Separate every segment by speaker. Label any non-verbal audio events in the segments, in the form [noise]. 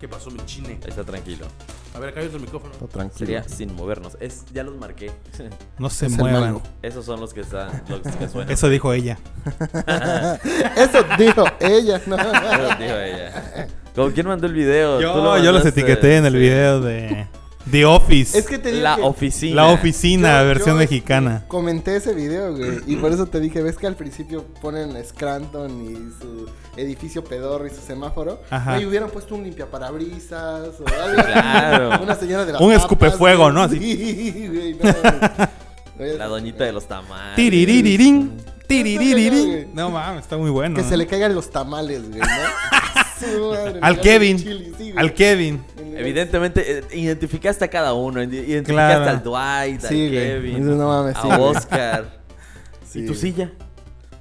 Speaker 1: ¿Qué pasó, mi chine?
Speaker 2: Está tranquilo.
Speaker 1: A ver, acá hay otro micrófono.
Speaker 3: Está tranquilo.
Speaker 2: Sería sin movernos. Es, ya los marqué. [laughs]
Speaker 4: No se
Speaker 3: Es el
Speaker 4: muevan.
Speaker 3: mango.
Speaker 2: Esos son los que están, los
Speaker 3: [laughs]
Speaker 2: que suenan.
Speaker 4: Eso dijo ella.
Speaker 3: [laughs] Eso dijo ella. No.
Speaker 2: Eso dijo ella. ¿Con quién mandó el video? Tú lo
Speaker 4: Yo, yo los
Speaker 2: mandaste.
Speaker 4: etiqueté en el
Speaker 2: Sí.
Speaker 4: video de The
Speaker 3: este,
Speaker 4: Office.
Speaker 3: Es que te digo
Speaker 2: La
Speaker 3: que
Speaker 2: oficina.
Speaker 4: La oficina,
Speaker 3: Yo-
Speaker 4: versión
Speaker 3: yo,
Speaker 4: mexicana.
Speaker 3: comenté ese video, güey. Y por eso te dije, ves que al principio ponen Scranton y su edificio pedorro y su semáforo.
Speaker 4: Ajá.
Speaker 3: Ahí hubieran puesto un limpiaparabrisas o algo.
Speaker 2: Claro.
Speaker 3: [laughs] Una señora de las
Speaker 4: Un
Speaker 3: papas,
Speaker 4: escupefuego,
Speaker 3: güey.
Speaker 4: ¿no? Así.
Speaker 3: [laughs] Sí, güey, no, güey.
Speaker 2: La doñita de los tamales.
Speaker 3: este,
Speaker 4: Tiriririrín.
Speaker 3: Eso
Speaker 4: Tiriririrín.
Speaker 3: ya,
Speaker 4: No mames, está muy bueno.
Speaker 3: Que se le caigan los tamales, güey, ¿no? [laughs] Su madre,
Speaker 4: Al
Speaker 3: güey,
Speaker 4: Kevin.
Speaker 3: chili, sí, güey.
Speaker 4: Al Kevin.
Speaker 3: En-
Speaker 2: Evidentemente, eh, identificaste a cada uno. ide- Identificaste
Speaker 4: Claro.
Speaker 2: al Dwight,
Speaker 3: Sí,
Speaker 2: al
Speaker 3: güey.
Speaker 2: Kevin,
Speaker 3: No mames, sí,
Speaker 2: a
Speaker 3: güey. [laughs]
Speaker 2: Oscar.
Speaker 3: Sí,
Speaker 2: ¿Y tu
Speaker 3: güey.
Speaker 2: silla?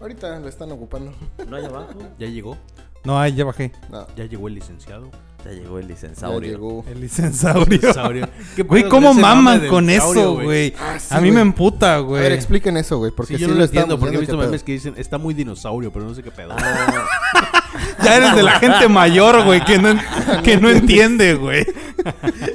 Speaker 3: Ahorita lo están ocupando.
Speaker 2: ¿No hay abajo?
Speaker 1: Ya llegó.
Speaker 4: No, ahí ya bajé.
Speaker 3: No. ya
Speaker 1: Ya llegó el licenciado. Pues,
Speaker 2: Ya llegó el licensaurio.
Speaker 3: llegó.
Speaker 4: El licensaurio. [laughs]
Speaker 1: Saurio. ¿Qué
Speaker 4: Güey,
Speaker 1: pedo
Speaker 4: ¿cómo
Speaker 1: ese mame
Speaker 4: maman
Speaker 1: del
Speaker 4: con
Speaker 1: saurio,
Speaker 4: eso, güey?
Speaker 3: Ah, sí,
Speaker 4: A mí me
Speaker 3: güey.
Speaker 4: emputa,
Speaker 3: A
Speaker 4: güey.
Speaker 3: ver, expliquen eso, güey, porque
Speaker 1: Sí,
Speaker 3: sí,
Speaker 1: yo no
Speaker 3: lo
Speaker 1: lo entiendo,
Speaker 3: estamos
Speaker 1: porque he
Speaker 3: viendo,
Speaker 1: visto
Speaker 3: ¿qué
Speaker 1: memes que dicen, está muy dinosaurio, pero no sé qué pedo.
Speaker 2: Ah,
Speaker 1: [laughs]
Speaker 4: Ya eres de la gente mayor, güey, que no, que no entiende, güey.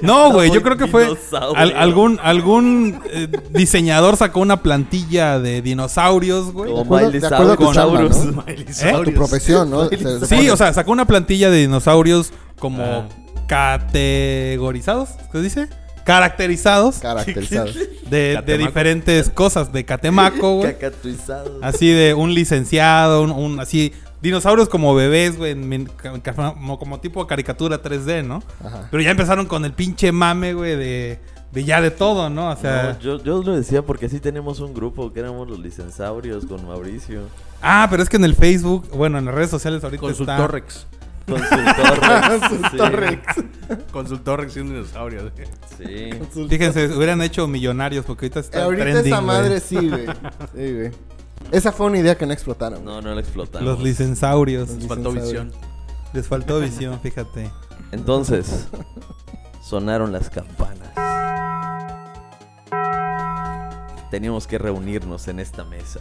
Speaker 4: No, güey, yo creo que fue
Speaker 2: Dinosaurio.
Speaker 4: al- algún algún eh, diseñador sacó una plantilla de dinosaurios, güey.
Speaker 2: Como
Speaker 3: acuerdo-
Speaker 2: Miley
Speaker 3: de acuerdo
Speaker 4: con
Speaker 2: Cyrus.
Speaker 3: Samba,
Speaker 4: ¿Eh?
Speaker 3: pedo. Tu profesión,
Speaker 4: [laughs]
Speaker 3: ¿no? Se- se
Speaker 4: Sí,
Speaker 3: pone-
Speaker 4: o sea, sacó una plantilla de dinosaurios como
Speaker 1: Ah.
Speaker 4: categorizados, ¿qué dice? Caracterizados [laughs]
Speaker 3: Caracterizado.
Speaker 4: de, de
Speaker 1: Catemaco.
Speaker 4: diferentes cosas de Catemaco, güey.
Speaker 2: Cacatuizado.
Speaker 4: Así de un licenciado, un, un- así. Dinosaurios como bebés, güey, en min- ca- ca- como, como tipo caricatura 3D, ¿no?
Speaker 3: Ajá.
Speaker 4: Pero ya empezaron con el pinche mame, güey, de, de ya de todo, ¿no? O sea.
Speaker 2: No, yo, yo lo decía porque sí tenemos un grupo que éramos los licensaurios con Mauricio.
Speaker 4: Ah, pero es que en el Facebook, bueno, en las redes sociales
Speaker 1: [laughs]
Speaker 4: ahorita
Speaker 1: Con su
Speaker 4: está-
Speaker 1: Torrex.
Speaker 3: [laughs]
Speaker 2: Consultor.
Speaker 1: Consultor Rex y un dinosaurio.
Speaker 2: Sí.
Speaker 4: Fíjense, hubieran hecho millonarios porque ahorita está
Speaker 3: Eh, Ahorita
Speaker 4: trending,
Speaker 3: esa
Speaker 4: güey.
Speaker 3: madre sí, güey. Sí, güey. Esa fue una idea que no explotaron.
Speaker 2: No, no lo explotamos.
Speaker 4: Los licensaurios.
Speaker 3: Los
Speaker 1: Les faltó
Speaker 3: Dinosaurio.
Speaker 1: visión.
Speaker 4: Les faltó visión, fíjate.
Speaker 2: Entonces, sonaron las campanas. Teníamos que reunirnos en esta mesa.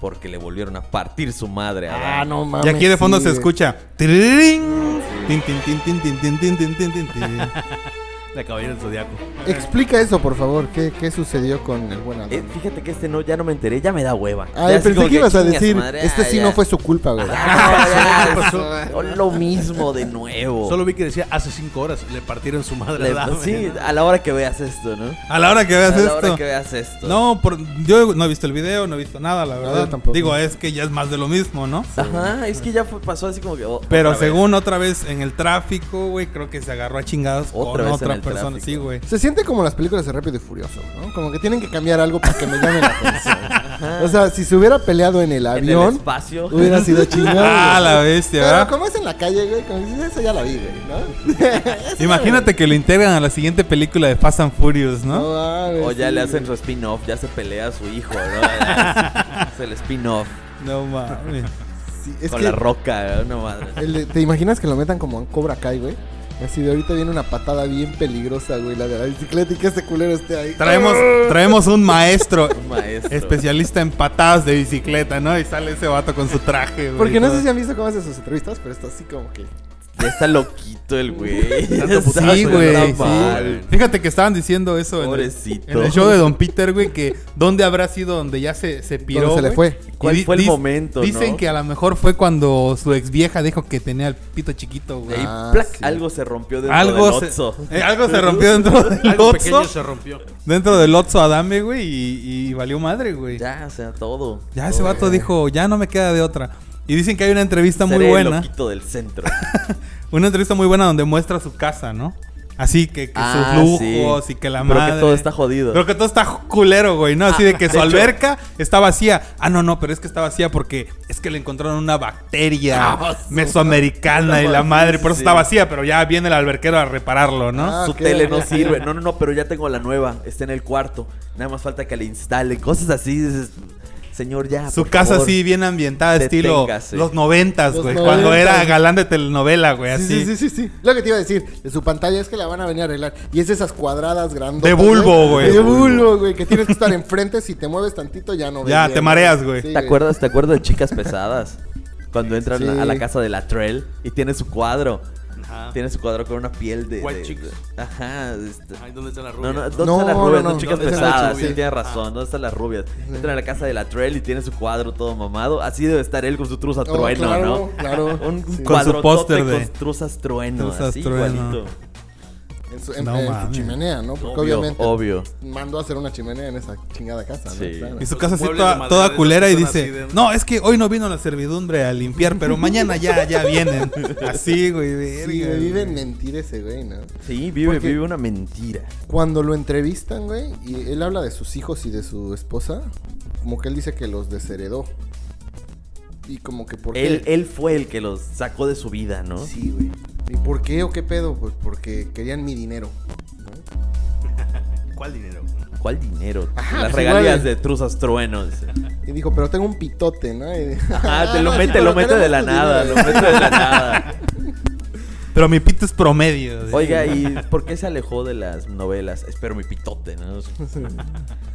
Speaker 2: Porque le volvieron a partir su madre a
Speaker 3: Ah,
Speaker 2: Adán.
Speaker 3: no mames.
Speaker 4: y aquí de fondo
Speaker 3: sí,
Speaker 4: se
Speaker 3: güey.
Speaker 4: escucha. "Tirirín". Tin, tin, tin, tin, tin, tin, tin, tin, tin, tin, tin.
Speaker 1: La caballera del zodiaco.
Speaker 3: Explica eso, por favor. ¿Qué, qué sucedió con el buen
Speaker 2: Eh,
Speaker 3: Adán?
Speaker 2: fíjate que este no, ya no me enteré, ya me da hueva.
Speaker 3: Ah,
Speaker 2: Ya así
Speaker 3: pensé
Speaker 2: como
Speaker 3: que ibas a
Speaker 2: "Chinga su
Speaker 3: decir,
Speaker 2: madre,
Speaker 3: este
Speaker 2: ah,
Speaker 3: sí
Speaker 2: ya".
Speaker 3: no fue su culpa, güey.
Speaker 2: [laughs] Ah, ya,
Speaker 3: [laughs]
Speaker 2: son lo mismo de nuevo.
Speaker 1: Solo vi que decía hace cinco horas, le partieron su madre
Speaker 2: Oh. Le-
Speaker 1: a Adán.
Speaker 2: sí, ah, a la hora que veas esto, ¿no?
Speaker 4: A la hora que veas
Speaker 2: a la
Speaker 4: esto.
Speaker 2: hora que veas esto.
Speaker 4: No, por- yo no he visto el video, no he visto nada, la verdad.
Speaker 3: yo tampoco.
Speaker 4: Digo, es que ya es más de lo mismo, ¿no?
Speaker 2: Ajá, es que ya fue- pasó así como que. oh,
Speaker 4: Pero
Speaker 2: otra vez.
Speaker 4: según otra vez en el tráfico, güey, creo que se agarró a chingados
Speaker 2: Otra
Speaker 4: con
Speaker 2: vez
Speaker 4: otra
Speaker 2: en el
Speaker 4: persona.
Speaker 2: tráfico.
Speaker 4: Sí, güey.
Speaker 3: Se siente como las películas de Rápido y Furioso, ¿no? Como que tienen que cambiar algo para que me llame la atención. O sea, si se hubiera peleado en el
Speaker 2: En
Speaker 3: avión,
Speaker 2: el espacio.
Speaker 3: hubiera sido chingado.
Speaker 4: [laughs] Ah,
Speaker 3: güey.
Speaker 4: la bestia,
Speaker 3: Pero
Speaker 4: ¿verdad?
Speaker 3: como es en la calle, güey, como dices, eso ya la vi, güey, ¿no?
Speaker 4: Imagínate que lo integran a la siguiente película de Fast and Furious, [laughs] ¿no?
Speaker 2: [laughs]
Speaker 3: mames,
Speaker 2: O ya
Speaker 3: sí,
Speaker 2: le
Speaker 3: güey.
Speaker 2: hacen su spin-off, ya se pelea a su hijo, ¿no?
Speaker 4: [laughs]
Speaker 2: es el spin-off
Speaker 4: No, mames.
Speaker 3: Sí, es
Speaker 2: con
Speaker 3: que
Speaker 2: la roca, una madre.
Speaker 3: el de- ¿Te imaginas que lo metan como en Cobra Kai, güey? Así de ahorita viene una patada bien peligrosa, güey, la de la bicicleta y que ese culero esté ahí.
Speaker 4: Traemos, traemos un maestro
Speaker 2: Un maestro.
Speaker 4: especialista en patadas de bicicleta, ¿no? Y sale ese vato con su traje,
Speaker 3: [laughs]
Speaker 4: güey.
Speaker 3: Porque no sé si han visto cómo hacen sus entrevistas, pero está así como que...
Speaker 2: Ya está loquito el güey. [laughs]
Speaker 3: [laughs]
Speaker 1: Tanto putazo,
Speaker 4: [laughs] Sí,
Speaker 2: Está
Speaker 4: güey.
Speaker 2: mal.
Speaker 4: sí. Fíjate que estaban diciendo eso en el,
Speaker 2: Pobrecito.
Speaker 4: en el show de Don Peter, güey, que dónde habrá sido donde ya se, se piró.
Speaker 3: ¿Dónde se le
Speaker 4: güey?
Speaker 3: fue?
Speaker 4: Y
Speaker 2: ¿Cuál
Speaker 4: di-
Speaker 2: fue el
Speaker 4: dis-
Speaker 2: momento,
Speaker 4: Dicen
Speaker 2: no?
Speaker 4: que a lo mejor fue cuando su ex vieja dijo que tenía el pito chiquito, güey.
Speaker 2: Ahí,
Speaker 3: Ah,
Speaker 2: plac,
Speaker 3: sí.
Speaker 2: Algo se rompió dentro
Speaker 4: Algo
Speaker 2: del
Speaker 4: se,
Speaker 2: Otso.
Speaker 4: eh, algo se [laughs] rompió dentro del
Speaker 1: Algo pequeño se
Speaker 4: Otso.
Speaker 1: rompió.
Speaker 4: Dentro del Otso Adame, güey, y, y valió madre, güey.
Speaker 2: Ya, o sea, todo.
Speaker 4: Ya ese vato dijo, ya no me queda de otra. Y dicen que hay una entrevista muy
Speaker 2: Seré el
Speaker 4: buena.
Speaker 2: loquito del centro.
Speaker 4: Una entrevista muy buena donde muestra su casa, ¿no? Así que, que
Speaker 2: Ah,
Speaker 4: sus
Speaker 2: sí.
Speaker 4: lujos y que la
Speaker 2: Pero
Speaker 4: madre.
Speaker 2: que todo está jodido. Ah,
Speaker 4: Pero que todo está culero, güey, ¿no? Así de que su
Speaker 2: de hecho-
Speaker 4: alberca está vacía. Ah, no, no, pero es que está vacía porque es que le encontraron una
Speaker 2: Ah,
Speaker 4: bacteria mesoamericana y la madre, por eso
Speaker 2: Sí.
Speaker 4: está vacía, pero ya viene el alberquero a repararlo, ¿no?
Speaker 3: Ah,
Speaker 2: Su
Speaker 3: ok.
Speaker 2: tele no sirve. No, no, no, pero ya tengo la nueva. Está en el cuarto. Nada más falta que le instale. Cosas así. dices, Señor, ya.
Speaker 4: Su
Speaker 2: Ah, por
Speaker 4: casa
Speaker 2: favor.
Speaker 4: así bien ambientada, estilo
Speaker 2: Deténgase.
Speaker 4: los noventas,
Speaker 3: Los
Speaker 4: güey. Cuando era
Speaker 3: noventas.
Speaker 4: galán de telenovela, güey, así.
Speaker 3: Sí, sí, sí, sí, sí. Lo que te iba a decir, de su pantalla es que la van a venir a arreglar. Y es de esas cuadradas grandotas.
Speaker 4: De bulbo, güey.
Speaker 3: De bulbo, güey. Que tienes que estar enfrente. Si te mueves tantito, ya no ves.
Speaker 4: [laughs] Ya,
Speaker 3: bien,
Speaker 4: te mareas, güey.
Speaker 3: Sí,
Speaker 2: ¿Te acuerdas, ¿Te acuerdas de chicas pesadas? Cuando entran
Speaker 3: Sí.
Speaker 2: a la casa de la Trell y tiene su cuadro.
Speaker 1: Ajá.
Speaker 2: Tiene su cuadro con una piel de.
Speaker 1: White
Speaker 2: de-
Speaker 1: chicks.
Speaker 2: ajá. este-
Speaker 1: Ay, ¿dónde está la rubia?
Speaker 2: No, no, ¿dónde
Speaker 3: No,
Speaker 2: están las
Speaker 3: no,
Speaker 2: rubias?
Speaker 3: no,
Speaker 2: No, chicas
Speaker 1: ¿dónde están las
Speaker 2: pesadas, sí,
Speaker 1: rubias?
Speaker 2: tienes razón, ¿dónde están las rubias? Entra a la casa de la Truel y tiene su cuadro todo mamado, así debe estar él con su truza
Speaker 3: Oh,
Speaker 2: trueno,
Speaker 3: claro,
Speaker 2: ¿no?
Speaker 3: claro.
Speaker 2: [laughs] Un
Speaker 3: Sí.
Speaker 4: Con su
Speaker 2: cuadro
Speaker 4: póster de-
Speaker 2: con truzas trueno,
Speaker 4: Truzas
Speaker 2: así
Speaker 4: trueno.
Speaker 2: igualito.
Speaker 3: En su, en-
Speaker 4: No
Speaker 3: en su
Speaker 4: mames.
Speaker 3: chimenea, ¿no? Porque
Speaker 2: Obvio,
Speaker 3: obviamente
Speaker 2: obvio.
Speaker 3: mandó a hacer una chimenea en esa chingada casa, ¿no?
Speaker 2: Sí.
Speaker 3: Claro.
Speaker 4: Y su casa así
Speaker 1: Muebles de
Speaker 4: toda,
Speaker 1: madera,
Speaker 4: toda
Speaker 1: de
Speaker 4: culera y
Speaker 1: esos que son
Speaker 4: dice,
Speaker 1: así de-
Speaker 4: no, es que hoy no vino la servidumbre a limpiar,
Speaker 1: [laughs]
Speaker 4: pero mañana ya, ya vienen. Así, güey. verga,
Speaker 3: Sí,
Speaker 4: güey.
Speaker 3: vive en mentir ese güey, ¿no?
Speaker 2: Sí, vive,
Speaker 3: Porque-
Speaker 2: vive una mentira.
Speaker 3: Cuando lo entrevistan, güey, y él habla de sus hijos y de su esposa, como que él dice que los desheredó. Y como que por qué.
Speaker 2: Él, él fue el que los sacó de su vida, ¿no?
Speaker 3: Sí, güey. ¿Y por qué o qué pedo? Pues porque querían mi dinero.
Speaker 1: ¿Cuál dinero?
Speaker 2: ¿Cuál dinero?
Speaker 3: Ajá,
Speaker 2: Las
Speaker 3: pues
Speaker 2: regalías
Speaker 3: igual.
Speaker 2: de truzas
Speaker 3: [laughs]
Speaker 2: truenos.
Speaker 3: Y dijo, pero tengo un pitote, ¿no? Y-
Speaker 2: Ah,
Speaker 3: [laughs]
Speaker 2: te lo mete,
Speaker 3: pero
Speaker 2: lo mete de
Speaker 3: tenemos
Speaker 2: la
Speaker 3: tu
Speaker 2: nada, lo
Speaker 3: dinero.
Speaker 2: mete de la nada.
Speaker 3: [laughs]
Speaker 4: Pero mi pito es promedio. güey.
Speaker 2: Oiga, ¿y por qué se alejó de las novelas? Espero mi pitote, ¿no?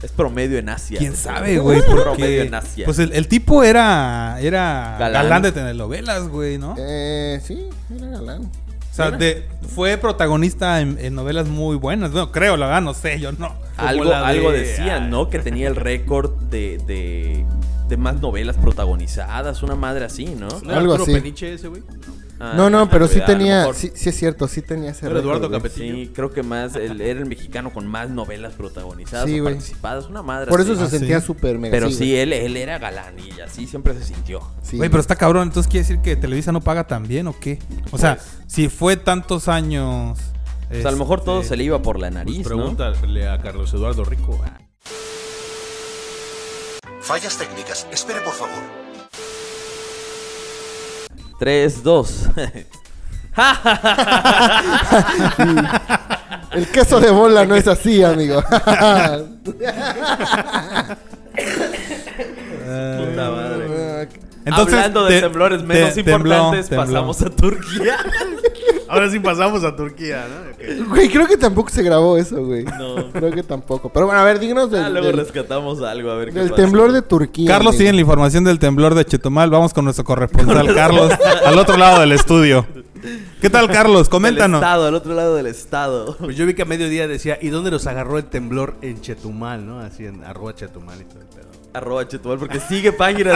Speaker 2: Es promedio en Asia.
Speaker 4: ¿Quién sabe, güey?
Speaker 2: Es promedio
Speaker 4: Porque,
Speaker 2: en Asia.
Speaker 4: pues el, el tipo era, era
Speaker 2: Galán.
Speaker 4: galán. de telenovelas, güey, ¿no?
Speaker 3: Eh, sí, era galán.
Speaker 4: O sea, de- fue protagonista en, en novelas muy buenas. Bueno, creo, la verdad, no sé, yo no.
Speaker 1: como
Speaker 2: algo,
Speaker 1: la de-
Speaker 2: algo decían,
Speaker 1: ay.
Speaker 2: ¿no? Que tenía el récord de, de, de más novelas protagonizadas, una madre así, ¿no?
Speaker 1: ¿No era
Speaker 3: Algo
Speaker 1: Arturo
Speaker 3: así.
Speaker 1: Peniche ese, güey?
Speaker 2: Ah,
Speaker 3: no, no, pero sí
Speaker 2: cuidado, a lo
Speaker 3: tenía,
Speaker 2: mejor.
Speaker 3: sí, sí es cierto, sí tenía ese
Speaker 1: Era Eduardo
Speaker 3: récord, güey.
Speaker 1: Capetillo.
Speaker 2: Sí, creo que más. el- era el mexicano con más novelas protagonizadas
Speaker 3: Sí,
Speaker 2: o
Speaker 3: güey.
Speaker 2: participadas, una madre
Speaker 3: Por
Speaker 2: así.
Speaker 3: eso se
Speaker 4: Ah, sí.
Speaker 3: sentía súper mega.
Speaker 2: Pero sí, eh. él,
Speaker 3: güey.
Speaker 2: él era galán y así siempre se sintió.
Speaker 3: Sí,
Speaker 4: Güey, pero está cabrón. Entonces, ¿quiere decir que Televisa no paga tan bien o qué? O sea,
Speaker 1: Pues
Speaker 4: si fue tantos años...
Speaker 2: O sea, Pues a lo mejor todo
Speaker 4: este,
Speaker 2: se le iba por la
Speaker 1: Pues
Speaker 2: nariz, ¿no?
Speaker 1: pregúntale a Carlos Eduardo Rico. Ah,
Speaker 5: Fallas técnicas. Espere, por favor.
Speaker 2: 3, [laughs] 2.
Speaker 3: El queso de bola no es así, amigo.
Speaker 2: Puta madre.
Speaker 4: Entonces,
Speaker 2: Hablando de
Speaker 4: te-
Speaker 2: temblores
Speaker 4: te-
Speaker 2: menos
Speaker 4: tembló,
Speaker 2: importantes,
Speaker 4: tembló.
Speaker 2: pasamos a
Speaker 3: [laughs]
Speaker 2: Turquía. [laughs]
Speaker 1: Ahora sí pasamos a Turquía, ¿no? Ok.
Speaker 3: [laughs] Güey, creo que tampoco se grabó eso, güey.
Speaker 2: No.
Speaker 3: Creo que tampoco. Pero bueno, a ver, díganos del,
Speaker 2: Ah, luego
Speaker 3: del-
Speaker 2: rescatamos algo, a ver qué
Speaker 3: del
Speaker 2: pasa.
Speaker 3: temblor de Turquía.
Speaker 4: Carlos
Speaker 3: amigo.
Speaker 4: sigue en la información del temblor de Chetumal. Vamos con nuestro corresponsal, Carlos, al otro lado del estudio. ¿Qué tal, Carlos?
Speaker 2: Del
Speaker 4: [laughs] Coméntanos.
Speaker 2: estado, al otro lado del estado. [laughs]
Speaker 1: Pues yo vi que a mediodía decía, ¿y dónde los agarró el temblor? En Chetumal, ¿no? Así en arroba Chetumal y todo el pedo.
Speaker 2: Arroba Chetumal, porque sigue página [laughs] de-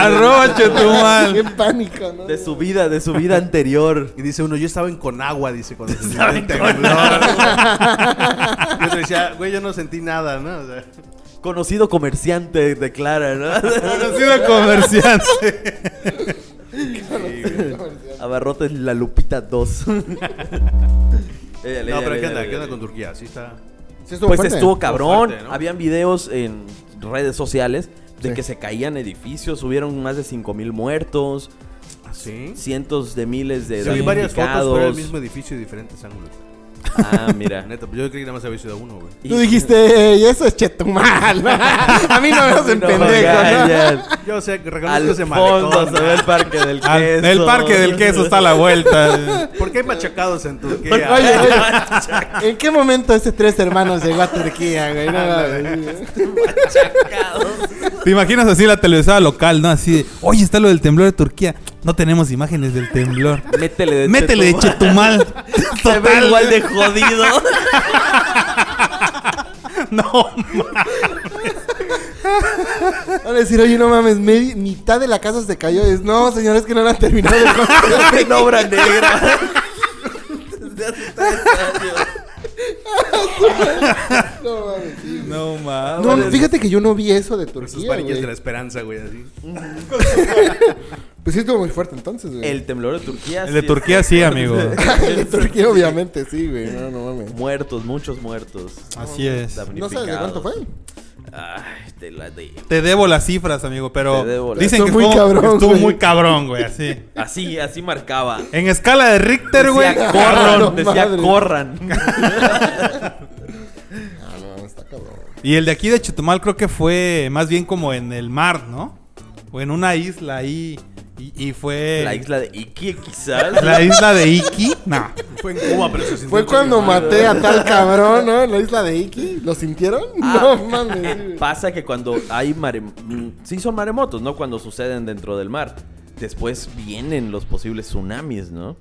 Speaker 3: [laughs]
Speaker 4: Arroba
Speaker 3: Qué
Speaker 4: Chetumal.
Speaker 3: pánico, ¿no?
Speaker 2: de su vida, de su vida anterior.
Speaker 1: Y dice uno, yo estaba en Conagua, dice, [laughs] cuando se sintió
Speaker 2: Estaba
Speaker 1: el
Speaker 2: en
Speaker 1: temblor. [laughs] yo decía, güey, yo no sentí nada, ¿no? O sea,
Speaker 2: Conocido comerciante
Speaker 1: [laughs]
Speaker 2: declara, ¿no?
Speaker 4: Conocido
Speaker 2: [laughs]
Speaker 4: comerciante.
Speaker 2: Abarrotes la Lupita 2.
Speaker 1: [laughs]
Speaker 2: Ella,
Speaker 1: no,
Speaker 2: ella,
Speaker 1: pero ¿qué
Speaker 2: ella,
Speaker 1: onda?
Speaker 2: ella,
Speaker 1: ¿Qué onda
Speaker 2: ella.
Speaker 1: con Turquía? Sí está...
Speaker 3: Sí estuvo
Speaker 2: Pues
Speaker 3: fuerte.
Speaker 2: estuvo cabrón.
Speaker 1: fuerte, ¿no?
Speaker 2: Habían videos en redes sociales de
Speaker 3: Sí.
Speaker 2: que se caían edificios, hubieron más de 5000 muertos,
Speaker 1: ¿Ah, ¿Sí?
Speaker 2: cientos de miles de
Speaker 1: Sí, vi varias fotos, pero era el
Speaker 2: damnificados.
Speaker 1: mismo edificio y diferentes ángulos.
Speaker 2: Ah, mira.
Speaker 1: [laughs] Neta, pues yo creí que nada más había sido uno, güey.
Speaker 2: [laughs]
Speaker 3: Tú dijiste, y eso es Chetumal. [laughs] a mí no me hacen
Speaker 2: No,
Speaker 3: pendejo, ¿no?
Speaker 2: vayan.
Speaker 1: [laughs] Yo sé, que reconozco
Speaker 2: Al
Speaker 1: ese
Speaker 2: fondo
Speaker 1: malecón.
Speaker 2: se ve el parque del queso.
Speaker 4: Al- el parque del queso está a la vuelta.
Speaker 1: ¿Por qué hay machacados en
Speaker 3: Oye,
Speaker 1: Turquía?
Speaker 3: oye, [laughs] ¿en qué momento ese tres hermanos llegó a Turquía, güey? No,
Speaker 4: ¿Te imaginas así la televisada local, no? Así de, oye, está lo del temblor de Turquía. No tenemos imágenes del temblor.
Speaker 2: Métele de
Speaker 4: Métele de
Speaker 2: Chetumal. [laughs]
Speaker 4: Chetumal.
Speaker 2: Se ve igual de jodido.
Speaker 1: [laughs]
Speaker 4: No,
Speaker 3: Van a decir, oye, no mames, medi- mitad de la casa se cayó. Es, no, señores, que no la han terminado. de [laughs] construir".
Speaker 2: en obra negra. Desde hace tres años.
Speaker 3: no mames. sí.
Speaker 4: no mames.
Speaker 3: No, fíjate que yo no vi eso de
Speaker 1: Con sus
Speaker 3: Turquía,
Speaker 1: varillas
Speaker 3: güey.
Speaker 1: de la esperanza, güey, así.
Speaker 3: Pues sí estuvo muy fuerte entonces,
Speaker 2: [laughs]
Speaker 3: güey.
Speaker 2: El temblor de Turquía.
Speaker 4: El de
Speaker 2: sí
Speaker 4: Turquía
Speaker 2: está
Speaker 4: sí,
Speaker 2: fuerte. [laughs]
Speaker 4: amigo.
Speaker 3: [laughs] El de Turquía, obviamente, sí, güey. No, no mames.
Speaker 2: Muertos, muchos muertos.
Speaker 4: Así es.
Speaker 3: ¿No sabes de cuánto fue?
Speaker 2: Ay, te la de.
Speaker 4: Te debo las cifras, amigo, pero
Speaker 2: Te debo las-
Speaker 4: dicen
Speaker 3: Estuvo muy
Speaker 4: que estuvo,
Speaker 3: cabrón,
Speaker 4: estuvo
Speaker 3: güey.
Speaker 4: muy cabrón, güey, así.
Speaker 2: Así, así marcaba.
Speaker 4: En escala de Richter,
Speaker 3: [laughs]
Speaker 4: güey.
Speaker 2: Decía,
Speaker 3: cabrón,
Speaker 2: corran, decía,
Speaker 3: madre.
Speaker 4: [laughs]
Speaker 2: corran.
Speaker 3: Ah, no mames, está cabrón.
Speaker 4: Y el de aquí de Chetumal creo que fue más bien como en el mar, ¿no? O en una isla ahí. Y, y fue.
Speaker 2: La isla de Iki, quizás.
Speaker 4: Eh. la isla de Iki. No.
Speaker 1: Fue en Cuba, pero se sintió
Speaker 3: Fue
Speaker 1: en
Speaker 3: cuando
Speaker 1: Chetumal.
Speaker 3: maté a tal cabrón, ¿no? En la isla de Iki. ¿Lo sintieron?
Speaker 2: Ah,
Speaker 3: [laughs] No mames. sí, güey.
Speaker 2: mm, Pasa que cuando hay maremotos. Sí, son maremotos, ¿no? Cuando suceden dentro del mar. después vienen los posibles tsunamis, ¿no?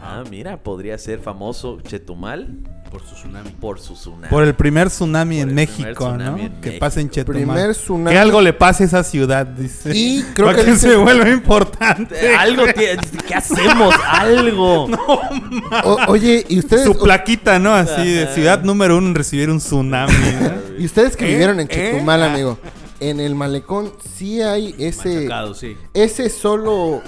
Speaker 2: Ah, mira, podría ser famoso Chetumal
Speaker 1: Por su tsunami.
Speaker 2: por su tsunami.
Speaker 4: Por el primer tsunami
Speaker 2: Por el
Speaker 4: en
Speaker 2: primer
Speaker 4: México,
Speaker 2: tsunami
Speaker 4: ¿no?
Speaker 2: en
Speaker 4: que
Speaker 2: México.
Speaker 4: pasa en Chetumal.
Speaker 3: Primer tsunami.
Speaker 4: Que algo le pase a esa ciudad, dice.
Speaker 3: Y creo
Speaker 4: Para
Speaker 3: que
Speaker 4: que,
Speaker 3: dice-
Speaker 4: se vuelva importante.
Speaker 2: Eh, Algo, tie- ¿qué hacemos?
Speaker 1: [laughs]
Speaker 2: Algo.
Speaker 3: [laughs] O- oye, ¿y ustedes,
Speaker 4: Su plaquita, ¿no? Así de ciudad número uno en recibir un tsunami. ¿no?
Speaker 3: y ustedes que
Speaker 4: ¿Eh?
Speaker 3: vivieron en
Speaker 4: ¿Eh?
Speaker 3: Chetumal,
Speaker 1: Ah.
Speaker 3: amigo? En el malecón sí hay ese...
Speaker 1: Machacado, sí.
Speaker 3: Ese solo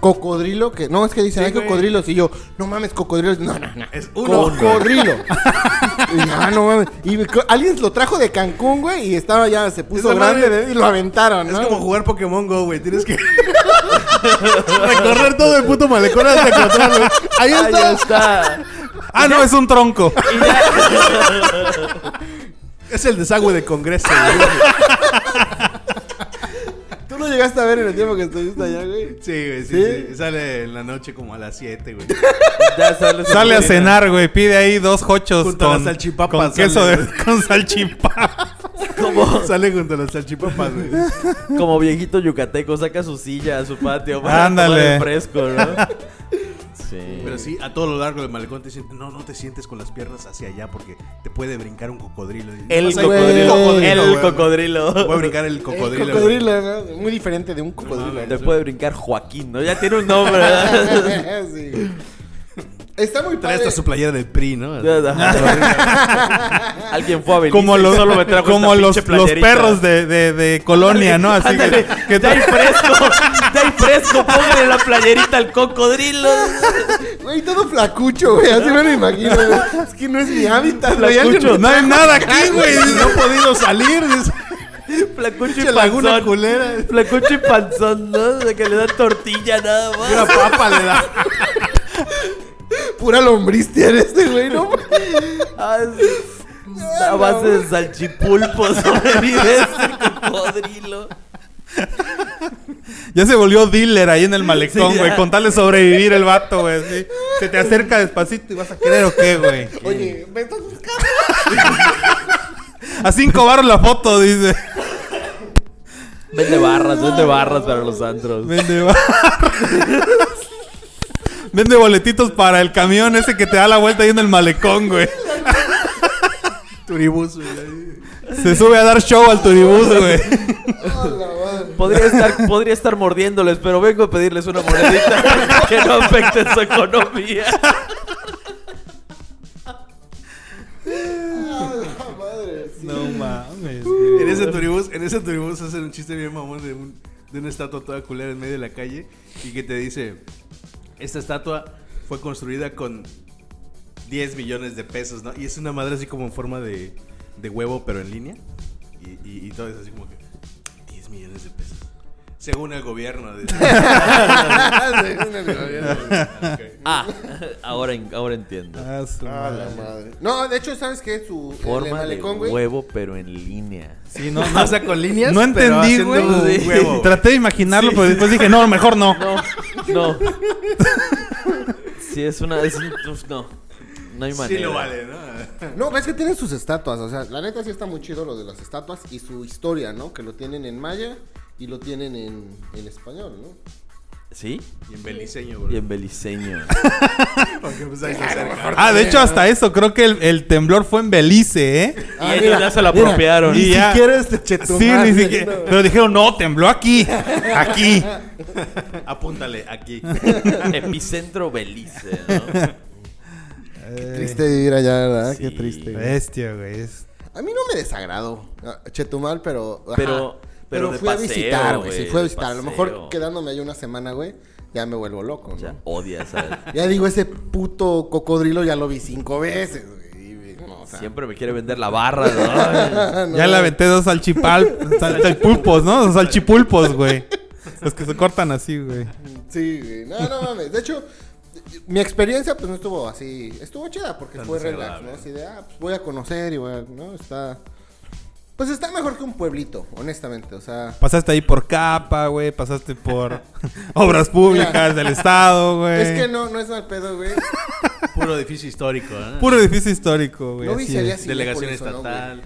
Speaker 3: cocodrilo que... No, es que dicen,
Speaker 1: Sí,
Speaker 3: hay
Speaker 1: güey.
Speaker 3: cocodrilos. Y yo, no mames, cocodrilos. No, no, no.
Speaker 1: Es uno. [laughs]
Speaker 3: Cocodrilo. y, yo, ah, no mames. Y me co- alguien lo trajo de Cancún, güey, y estaba ya, se puso
Speaker 1: Esa madre-
Speaker 3: grande de- y lo aventaron,
Speaker 1: Es
Speaker 3: ¿no?
Speaker 1: como jugar Pokémon Go, güey. Tienes que [laughs] recorrer todo el puto malecón hasta encontrarlo.
Speaker 2: Ah,
Speaker 3: Ahí
Speaker 2: ya
Speaker 3: está.
Speaker 2: está.
Speaker 4: Ah, no, es un tronco.
Speaker 1: Es el desagüe del Congreso, güey.
Speaker 3: Tú lo llegaste a ver en el tiempo que estuviste allá, güey.
Speaker 1: Sí, güey, sí,
Speaker 3: ¿Sí?
Speaker 1: sí. Sale en la noche como a las 7, güey. [laughs]
Speaker 2: Ya sale,
Speaker 4: Sale a cenar, güey. Pide ahí dos hochos
Speaker 1: Junto a las
Speaker 4: con,
Speaker 1: salchipapas
Speaker 4: con queso
Speaker 1: sale,
Speaker 4: de, con salchipapa.
Speaker 2: Como,
Speaker 1: Sale junto a las salchipapas, güey.
Speaker 2: como viejito yucateco, saca su silla a su patio para
Speaker 4: Ándale.
Speaker 2: tomar el
Speaker 1: [laughs]
Speaker 2: fresco, ¿no? Sí.
Speaker 1: Pero sí, a todo lo largo del malecón te sientes, no, no te sientes con las piernas hacia allá porque te puede brincar un cocodrilo.
Speaker 2: El
Speaker 1: Vas a-
Speaker 2: cocodrilo.
Speaker 3: güey.
Speaker 2: El
Speaker 1: güey. Voy a
Speaker 2: cocodrilo.
Speaker 1: brincar el cocodrilo.
Speaker 3: El
Speaker 1: güey.
Speaker 3: cocodrilo, ¿no? Muy diferente de un cocodrilo.
Speaker 2: Te puede brincar Joaquín, ¿no? Ya tiene un
Speaker 1: [laughs]
Speaker 2: nombre, ¿verdad?
Speaker 3: [laughs] Sí, güey. Está muy
Speaker 1: Trae
Speaker 3: padre.
Speaker 1: hasta su playera de PRI, Ah, ¿no?
Speaker 2: Ajá. Alguien fue a Belice
Speaker 4: Como
Speaker 2: y
Speaker 4: los,
Speaker 2: solo me trajo
Speaker 4: como
Speaker 2: esta
Speaker 4: los,
Speaker 2: pinche
Speaker 4: los
Speaker 2: playerita.
Speaker 4: perros de, de- de colonia, ¿no? Así que,
Speaker 2: Ándale,
Speaker 4: que [laughs]
Speaker 2: ya hay fresco, ya hay fresco, póngale la playerita
Speaker 1: [laughs]
Speaker 2: al cocodrilo.
Speaker 3: Güey, todo flacucho, güey. Así me lo imagino, güey. Es que no es mi hábitat, güey. Alguien
Speaker 4: Flacucho, no hay nada aquí, güey.
Speaker 1: No he podido salir. dice.
Speaker 2: Flacucho y
Speaker 1: Pinche laguna
Speaker 2: panzón.
Speaker 1: culera.
Speaker 2: Flacucho y panzón, ¿no? De que le dan tortilla nada
Speaker 1: Una
Speaker 2: más.
Speaker 1: papa le da.
Speaker 3: Pura lombriz tiene este, güey, ¿no?
Speaker 2: Ah, es- A base de salchipulpo sobrevive este cocodrilo.
Speaker 4: Ya se volvió dealer ahí en el malecón,
Speaker 2: Sí,
Speaker 4: güey.
Speaker 2: ya.
Speaker 4: Con tal de sobrevivir el vato, güey. así. Se te acerca despacito y vas a querer o qué, güey.
Speaker 3: Oye, me estás buscando.
Speaker 4: A cinco baros la foto, dice.
Speaker 2: Vende barras, vende barras para los antros.
Speaker 4: Vende barras. Vende boletitos para el camión ese que te da la vuelta ahí en el malecón, güey.
Speaker 1: Turibus, güey.
Speaker 4: Se sube a dar show al turibús, güey.
Speaker 3: A la madre.
Speaker 2: Podría estar, podría estar mordiéndoles, pero vengo a pedirles una monedita [laughs] que no afecte su economía.
Speaker 3: A la madre. [laughs] sí.
Speaker 4: No mames.
Speaker 1: En ese turibús, en ese turibús hacen un chiste bien mamón de, un, de una estatua toda culera en medio de la calle y que te dice, esta estatua fue construida con 10 millones de pesos, ¿no? Y es una madre así como en forma de, de huevo, pero en línea. Y, y, y todo es así como que, 10 millones de pesos. Según el gobierno.
Speaker 4: [laughs]
Speaker 1: dice.
Speaker 3: Según el gobierno.
Speaker 1: Ok.
Speaker 2: Ah, ahora, en- ahora entiendo.
Speaker 4: Ah,
Speaker 3: A la madre. No, de hecho, ¿sabes qué? Su el
Speaker 2: Forma
Speaker 3: malecón,
Speaker 2: de
Speaker 3: güey.
Speaker 2: huevo, pero en línea.
Speaker 4: Sí, no,
Speaker 1: O sea, con líneas.
Speaker 4: No
Speaker 1: pero
Speaker 4: entendí,
Speaker 1: haciendo
Speaker 4: güey.
Speaker 1: un
Speaker 4: Sí.
Speaker 1: huevo.
Speaker 4: Traté de imaginarlo, pero después dije, no, mejor no.
Speaker 2: No, [laughs] no. Si es una... es un- uf, no. No hay manera.
Speaker 1: Sí lo vale, ¿no?
Speaker 3: No, ves que tienen sus estatuas, o sea, la neta sí está muy chido lo de las estatuas y su historia, ¿no? Que lo tienen en maya y lo tienen en, en español,
Speaker 4: Eh.
Speaker 3: ¿no?
Speaker 2: ¿Sí?
Speaker 1: Y en beliceño,
Speaker 2: Y
Speaker 1: güey.
Speaker 2: en beliceño.
Speaker 1: [laughs] Porque pues hay que acercar.
Speaker 4: Ah, de hecho, hasta eso. Creo que el, el temblor fue en Belice, ¿eh?
Speaker 3: Ah,
Speaker 2: y ellos
Speaker 3: mira,
Speaker 2: ya se lo apropiaron.
Speaker 4: Y ya-
Speaker 3: este
Speaker 4: Sí, ni siquiera. Pero dijeron, no, tembló aquí. Aquí.
Speaker 1: Apúntale aquí.
Speaker 2: [laughs] Epicentro Belice, ¿no?
Speaker 3: Qué triste vivir allá, ¿verdad?
Speaker 2: Sí.
Speaker 3: Qué triste. güey.
Speaker 4: Bestia, güey. es-
Speaker 3: A mí no me desagrado ah, Chetumal, pero... ajá.
Speaker 2: Pero- pero de
Speaker 3: fui a
Speaker 2: paseo,
Speaker 3: visitar, güey.
Speaker 2: güey,
Speaker 3: Sí, fui a
Speaker 2: de
Speaker 3: visitar. A lo
Speaker 2: paseo.
Speaker 3: mejor quedándome ahí una semana, güey, ya me vuelvo loco, ¿no?
Speaker 2: Ya odias a...
Speaker 3: Ya digo, ese puto cocodrilo ya lo vi cinco veces, güey. y, güey, no, o sea,
Speaker 2: Siempre me quiere vender la barra,
Speaker 3: [laughs]
Speaker 2: ¿no?
Speaker 3: no,
Speaker 4: ya le aventé dos salchipal, salchipulpos, ¿no? Salchipulpos, güey. Los que se cortan así, güey.
Speaker 3: Sí, güey. No, no mames. De hecho, mi experiencia pues no estuvo así. Estuvo chida porque
Speaker 1: Tan
Speaker 3: fue relax,
Speaker 1: desagradable.
Speaker 3: ¿no? Así de, ah, pues voy a conocer y voy a, ¿no? Está... Pues está mejor que un pueblito, honestamente. O sea,
Speaker 4: Pasaste ahí por capa, güey. Pasaste por obras públicas del Estado, güey.
Speaker 3: es que no, no es mal pedo, güey.
Speaker 1: Puro edificio histórico, ¿no?
Speaker 4: Puro edificio histórico, güey.
Speaker 3: No vi
Speaker 4: así
Speaker 3: si había
Speaker 4: es.
Speaker 3: Cinépolis
Speaker 1: Delegación
Speaker 3: o no, güey.
Speaker 1: estatal.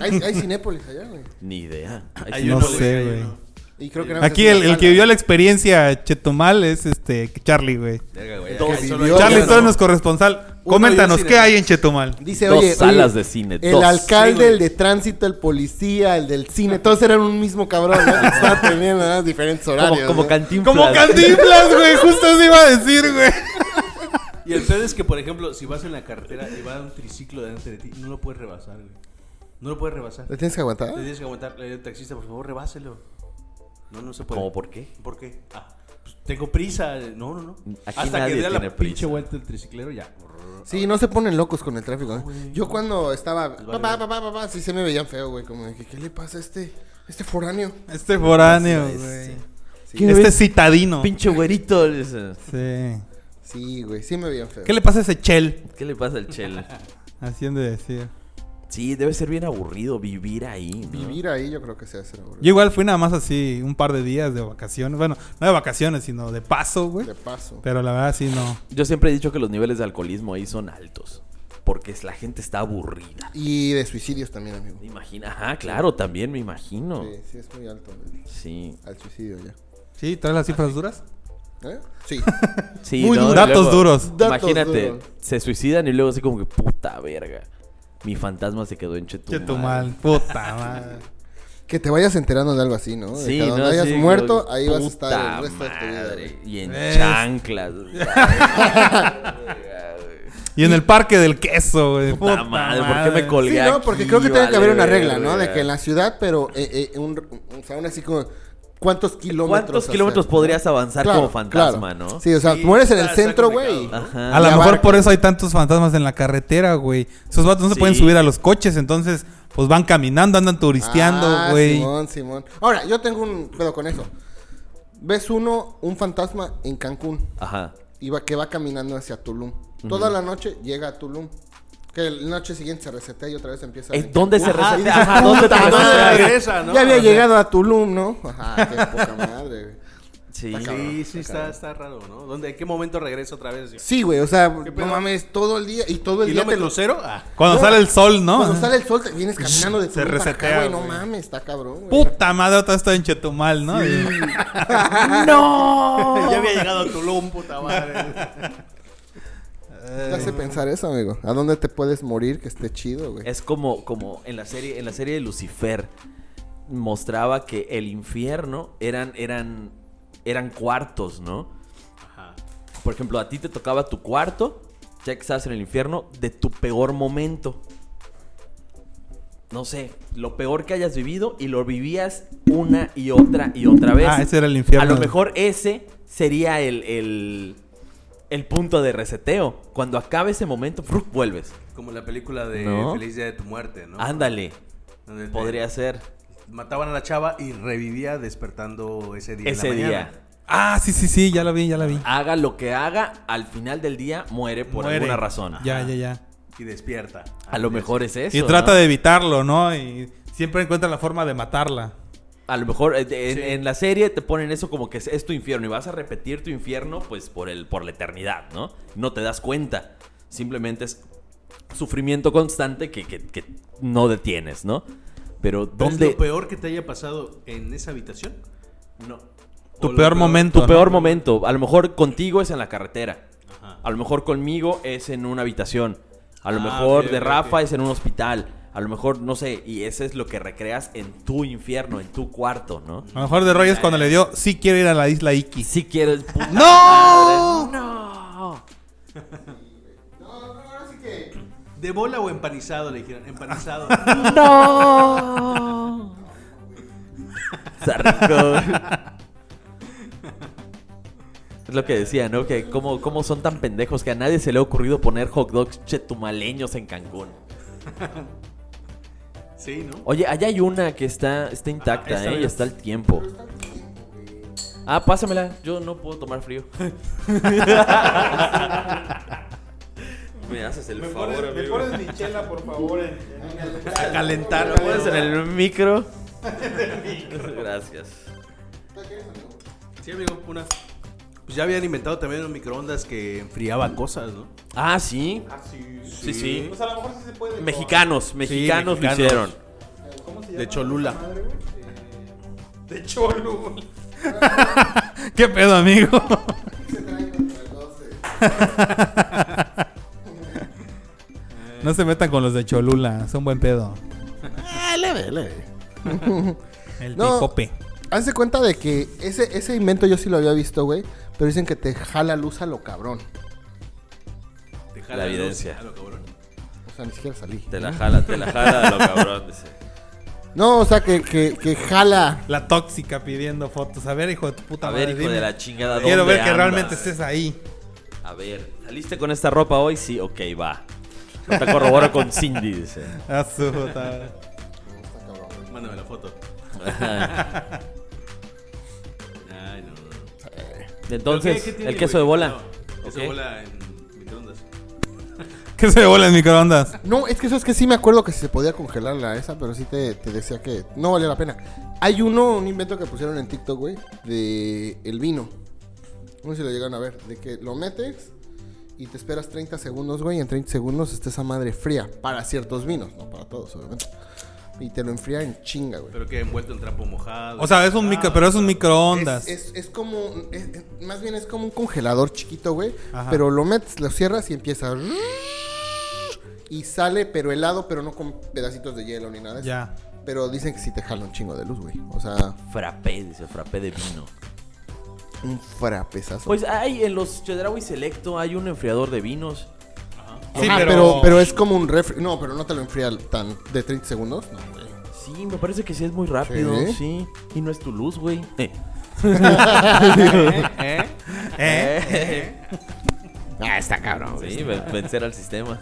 Speaker 3: Hay, hay Cinépolis allá, güey.
Speaker 2: Ni idea. Ay,
Speaker 1: Hay
Speaker 2: sí,
Speaker 4: no
Speaker 1: uno,
Speaker 4: sé,
Speaker 1: hay
Speaker 4: güey.
Speaker 1: uno.
Speaker 3: Y creo que nada más
Speaker 4: Aquí
Speaker 3: es
Speaker 4: el,
Speaker 3: una
Speaker 4: el que
Speaker 3: sala.
Speaker 4: vivió la experiencia Chetumal es este Charlie, güey.
Speaker 1: Verga, güey.
Speaker 2: Dos.
Speaker 1: acá solo
Speaker 3: Vivió-
Speaker 1: hay-
Speaker 4: Charlie,
Speaker 3: bueno.
Speaker 4: tú eres nuestro corresponsal.
Speaker 1: y un
Speaker 4: Coméntanos,
Speaker 1: cine.
Speaker 4: ¿qué hay en Chetumal?
Speaker 3: Dice,
Speaker 2: Dos
Speaker 3: oye, oye,
Speaker 2: salas de cine,
Speaker 3: El
Speaker 2: dos.
Speaker 1: Sí,
Speaker 3: alcalde,
Speaker 1: güey.
Speaker 3: el de tránsito, el policía, el del cine, todos eran un mismo cabrón,
Speaker 4: [laughs]
Speaker 3: ¿no? Que Estaba teniendo ¿no? diferentes horarios.
Speaker 2: Como, como
Speaker 3: ¿no?
Speaker 2: Cantinflas.
Speaker 4: Como
Speaker 2: [laughs]
Speaker 4: Cantinflas, güey, justo eso iba a decir, güey.
Speaker 1: Y el pedo es que, por ejemplo, si vas en la carretera y va un triciclo delante de ti, no lo puedes rebasar, güey. No lo puedes rebasar.
Speaker 3: ¿Le
Speaker 1: Te
Speaker 3: tienes que aguantar?
Speaker 1: tienes que aguantar. Le digo al taxista, por favor, rebáselo. No, no se puede.
Speaker 2: ¿Cómo por qué?
Speaker 1: ¿Por qué? Ah, pues, tengo prisa. No, no, no.
Speaker 2: Aquí
Speaker 1: Hasta que
Speaker 2: nadie
Speaker 1: dé la
Speaker 2: tiene prisa.
Speaker 1: pinche vuelta el triciclero, ya.
Speaker 3: Sí, no se ponen locos con el tráfico. ¿eh? Yo cuando estaba... Papá, papá, papá, sí se me veían feo, güey. Como de que, ¿qué le pasa a este, este foráneo?
Speaker 4: Este foráneo, güey.
Speaker 2: ¿Qué
Speaker 4: Este
Speaker 2: ves?
Speaker 4: citadino.
Speaker 2: Pinche güerito. le dice.
Speaker 4: Sí.
Speaker 3: Sí, güey, sí me veían feo.
Speaker 4: ¿Qué le pasa a ese Chel?
Speaker 2: ¿Qué le pasa al Chel?
Speaker 4: Haciendo de decir.
Speaker 2: Sí, debe ser bien aburrido vivir ahí. ¿no?
Speaker 3: Vivir ahí yo creo que se hace
Speaker 4: Yo igual fui nada más así un par de días de vacaciones. Bueno, no de vacaciones, sino de paso, güey.
Speaker 3: De paso.
Speaker 4: Pero la verdad sí no.
Speaker 2: Yo siempre he dicho que los niveles de alcoholismo ahí son altos. Porque es- la gente está aburrida.
Speaker 3: Y de suicidios también, amigo.
Speaker 2: Me imagino. Ajá, claro, también me imagino.
Speaker 3: Sí, sí, es muy alto güey,
Speaker 2: Sí.
Speaker 3: al suicidio ya.
Speaker 4: Sí, traes las
Speaker 2: Ah,
Speaker 4: cifras duras.
Speaker 3: ¿Eh? Sí.
Speaker 4: [laughs]
Speaker 2: Sí,
Speaker 4: Muy
Speaker 2: no,
Speaker 4: duro.
Speaker 2: y
Speaker 4: Datos
Speaker 2: luego-
Speaker 4: duros.
Speaker 3: Datos
Speaker 2: Imagínate,
Speaker 3: duros.
Speaker 2: se suicidan y luego así como que puta verga. Mi fantasma se quedó en Chetumal.
Speaker 4: Chetumal, puta madre.
Speaker 3: que te vayas enterando de algo así, ¿no? De
Speaker 2: Sí,
Speaker 3: que donde
Speaker 2: no,
Speaker 3: hayas
Speaker 2: sí,
Speaker 3: muerto,
Speaker 2: digo,
Speaker 3: ahí vas a
Speaker 2: puta
Speaker 3: estar el resto de tu vida.
Speaker 2: madre.
Speaker 3: güey.
Speaker 2: Y en
Speaker 4: Es-
Speaker 2: chanclas. [laughs] "Ah,
Speaker 4: Y en el parque del queso, güey.
Speaker 2: puta, madre, ¿por qué me colgué?
Speaker 3: Sí, no, porque creo que
Speaker 2: aquí,
Speaker 3: tiene que haber
Speaker 2: vale,
Speaker 3: una regla, ¿no?
Speaker 2: verga.
Speaker 3: De que en la ciudad, pero eh, eh, un, un- o sea, aún así como cuántos kilómetros.
Speaker 2: ¿Cuántos
Speaker 3: hacer,
Speaker 2: kilómetros
Speaker 3: ¿no?
Speaker 2: podrías avanzar
Speaker 3: Claro,
Speaker 2: como fantasma,
Speaker 3: claro.
Speaker 2: no?
Speaker 3: Sí, o sea,
Speaker 1: Sí,
Speaker 3: tú mueres en el
Speaker 1: está- está
Speaker 3: centro,
Speaker 1: complicado,
Speaker 3: güey.
Speaker 1: ¿no?
Speaker 2: Ajá.
Speaker 4: A lo
Speaker 3: Y
Speaker 4: mejor
Speaker 3: abarca.
Speaker 4: por eso hay tantos fantasmas en la carretera, güey. Esos vatos no se
Speaker 2: Sí.
Speaker 4: pueden subir a los coches, entonces pues van caminando, andan turisteando,
Speaker 3: Ah,
Speaker 4: güey.
Speaker 3: Simón, Simón. Ahora, yo tengo un pedo con eso. Ves uno, un fantasma en Cancún.
Speaker 2: Ajá.
Speaker 3: y va- que va caminando hacia Tulum. Toda la noche llega a Tulum. Que la noche siguiente se resetea y otra vez empieza.
Speaker 2: Eh,
Speaker 3: en
Speaker 2: ¿Dónde se
Speaker 3: Cancún.
Speaker 1: Ajá,
Speaker 2: resetea? Ajá,
Speaker 3: [laughs]
Speaker 2: ¿dónde te
Speaker 1: puta madre.
Speaker 2: resetea?
Speaker 1: regresa, no?
Speaker 3: Ya había
Speaker 1: O sea-
Speaker 3: llegado a Tulum, ¿no? Ajá, qué poca madre, güey.
Speaker 2: Sí.
Speaker 1: Sí, sí, está, está raro, ¿no? ¿Dónde, ¿En qué momento regresa otra vez?
Speaker 3: Sí, güey, o sea,
Speaker 1: pedo?
Speaker 3: no mames, todo el día y todo el día te
Speaker 1: ¿Kilómetro
Speaker 3: lo
Speaker 1: cero? Ah.
Speaker 4: Cuando
Speaker 3: No,
Speaker 4: sale el sol, ¿no?
Speaker 3: Cuando sale el sol te vienes caminando de
Speaker 4: Se
Speaker 3: Tulum para acá,
Speaker 4: resetea,
Speaker 3: güey, no
Speaker 4: güey.
Speaker 3: mames, está cabrón, güey.
Speaker 4: Puta madre, otra vez está en Chetumal, ¿no?
Speaker 1: [laughs] Ya había llegado Tulum, puta madre.
Speaker 3: Te hace pensar eso, amigo. ¿A dónde te puedes morir que esté chido, güey?
Speaker 2: Es como, como en la serie, en la serie de Lucifer mostraba que el infierno eran, eran, eran cuartos, ¿no?
Speaker 1: Ajá.
Speaker 2: Por ejemplo, a ti te tocaba tu cuarto, ya que estabas en el infierno, de tu peor momento. No sé, lo peor que hayas vivido y lo vivías una y otra y otra vez.
Speaker 4: Ah, ese era el infierno.
Speaker 2: A lo mejor ese sería el, el, el punto de reseteo. Cuando acabe ese momento, ¡fruc! vuelves.
Speaker 1: Como la película de
Speaker 2: No. Ah,
Speaker 1: Feliz Día de tu Muerte, ¿no?
Speaker 2: Ándale,
Speaker 1: Donde te-
Speaker 2: podría ser.
Speaker 1: Mataban a la chava y revivía despertando ese día. en
Speaker 2: Ese
Speaker 1: la mañana.
Speaker 2: día.
Speaker 4: Ah, sí, sí, sí, ya la vi, ya la vi.
Speaker 2: Haga lo que haga, al final del día muere por
Speaker 4: Muere.
Speaker 2: alguna razón.
Speaker 4: Ya, ya, ya.
Speaker 1: Y despierta.
Speaker 2: A lo mejor es eso.
Speaker 4: Y trata
Speaker 2: ¿no?
Speaker 4: de evitarlo, ¿no? Y siempre encuentra la forma de matarla.
Speaker 2: A lo mejor eh, de- en,
Speaker 1: Sí.
Speaker 2: en la serie te ponen eso como que es, es tu infierno y vas a repetir tu infierno pues por, el, por la eternidad, ¿no? No te das cuenta. Simplemente es sufrimiento constante que, que- que no detienes, ¿no? Pero
Speaker 1: ¿Dónde?
Speaker 2: ¿dónde?
Speaker 1: ¿Es lo peor que te haya pasado en esa habitación?
Speaker 2: No.
Speaker 4: Tu
Speaker 1: O lo
Speaker 4: peor momento.
Speaker 2: Tu peor momento. A lo mejor contigo es en la carretera.
Speaker 1: Ajá.
Speaker 2: A lo mejor conmigo es en una habitación. A lo
Speaker 1: Ah,
Speaker 2: mejor
Speaker 1: ok,
Speaker 2: de
Speaker 1: ok,
Speaker 2: Rafa
Speaker 1: ok.
Speaker 2: es en un hospital. A lo mejor, no sé, y ese es lo que recreas en tu infierno, en tu cuarto, ¿no?
Speaker 4: A lo mejor de Royes cuando le dio, sí quiero ir a la isla
Speaker 2: Y [laughs]
Speaker 4: Iki.
Speaker 2: si quieres... pu-
Speaker 4: ¡No!
Speaker 2: ¡No!
Speaker 1: ¿De bola o empanizado? Le dijeron.
Speaker 2: [laughs]
Speaker 1: Empanizado.
Speaker 2: ¡No! Está rico. Es lo que decía, ¿no? Que cómo, cómo son tan pendejos que a nadie se le ha ocurrido poner hot dogs chetumaleños en Cancún.
Speaker 1: sí, ¿no?
Speaker 2: Oye, allá hay una que está, está intacta,
Speaker 1: esta
Speaker 2: ¿eh? Y
Speaker 1: vez.
Speaker 2: está el tiempo. Ah, pásamela. Yo no puedo tomar [laughs] frío. Me haces el favor, amigo.
Speaker 4: mi chela, por favor.
Speaker 1: A calentar.
Speaker 2: ¿Lo pones en el micro? Gracias.
Speaker 1: Sí, amigo, una. Pues ya habían inventado también los microondas que enfriaba cosas, ¿no?
Speaker 2: Ah, sí. Sí, sí.
Speaker 4: a lo mejor sí se puede.
Speaker 2: Mexicanos, mexicanos lo
Speaker 1: mexicanos.
Speaker 2: hicieron.
Speaker 1: De Cholula.
Speaker 2: De cholo, güey.
Speaker 4: ¿Qué
Speaker 2: [laughs]
Speaker 4: pedo, amigo? No se metan con los de Cholula, son buen pedo.
Speaker 3: Ah,
Speaker 4: El
Speaker 3: No.
Speaker 4: picope.
Speaker 3: Haz de cuenta de que ese, ese invento yo sí lo había visto, güey. Pero dicen que te jala luz a lo cabrón.
Speaker 1: Dejar
Speaker 2: La
Speaker 1: luz,
Speaker 2: evidencia.
Speaker 1: a lo cabrón.
Speaker 3: O sea, ni siquiera salí.
Speaker 2: Te la jala, te la jala, lo cabrón. dice.
Speaker 3: No, o sea, que, que, que jala.
Speaker 4: La tóxica pidiendo fotos. A ver, hijo de tu puta
Speaker 2: A ver,
Speaker 4: madre,
Speaker 2: hijo de
Speaker 4: dime.
Speaker 2: la chingada.
Speaker 4: Quiero
Speaker 2: ¿dónde
Speaker 4: ver que
Speaker 2: andas?
Speaker 4: realmente estés ahí.
Speaker 2: A ver, ¿saliste con esta ropa hoy? Sí, ok, va. No te corroboro con Cindy, dice.
Speaker 4: A Ah, su puta. [laughs]
Speaker 1: Mándame la
Speaker 2: [laughs]
Speaker 1: foto. [laughs] Ay, no.
Speaker 2: Entonces,
Speaker 1: ¿Pero qué- qué tiene,
Speaker 2: el queso de
Speaker 1: güey?
Speaker 2: bola.
Speaker 1: No, queso
Speaker 2: Ok.
Speaker 1: de bola en microondas.
Speaker 4: ¿Qué se bola en microondas?
Speaker 3: No, es que eso es que sí me acuerdo que se podía congelar la esa, pero sí te, te decía que no valía la pena. Hay uno, un invento que pusieron en TikTok, güey, de el vino. No sé si lo llegan a ver. De que lo metes y te esperas 30 segundos, güey. y En 30 segundos está esa madre fría para ciertos vinos, no para todos, obviamente. Y te lo enfría en chinga, güey.
Speaker 1: Pero que envuelto en trapo mojado. Ah.
Speaker 4: O sea, es un micro, pero es un microondas.
Speaker 3: Es, es- es como, un- es- es- más bien es como un congelador chiquito, güey.
Speaker 4: Ajá.
Speaker 3: Pero lo metes, lo cierras y empieza. a- Y sale, pero helado, pero no con pedacitos de hielo ni nada. de eso. [laughs]
Speaker 4: Ya.
Speaker 3: Pero dicen que sí te jala un chingo de luz, güey. O sea,
Speaker 2: Frappé, dice, frappé de vino.
Speaker 3: un frapesazo.
Speaker 2: Pues hay en los Chedraui Selecto hay un enfriador de vinos.
Speaker 4: Sí,
Speaker 3: Ajá,
Speaker 4: pero-
Speaker 3: pero... Pero, es como un refri. No, pero no te lo enfría tan de 30 segundos. No, güey.
Speaker 2: Sí, me parece que sí es muy rápido, sí.
Speaker 3: Sí.
Speaker 2: Y no es tu luz, güey. Eh.
Speaker 4: [laughs] ¿Eh?
Speaker 2: [laughs]
Speaker 3: Ah, está cabrón, güey.
Speaker 2: Sí, ven- vencer al sistema.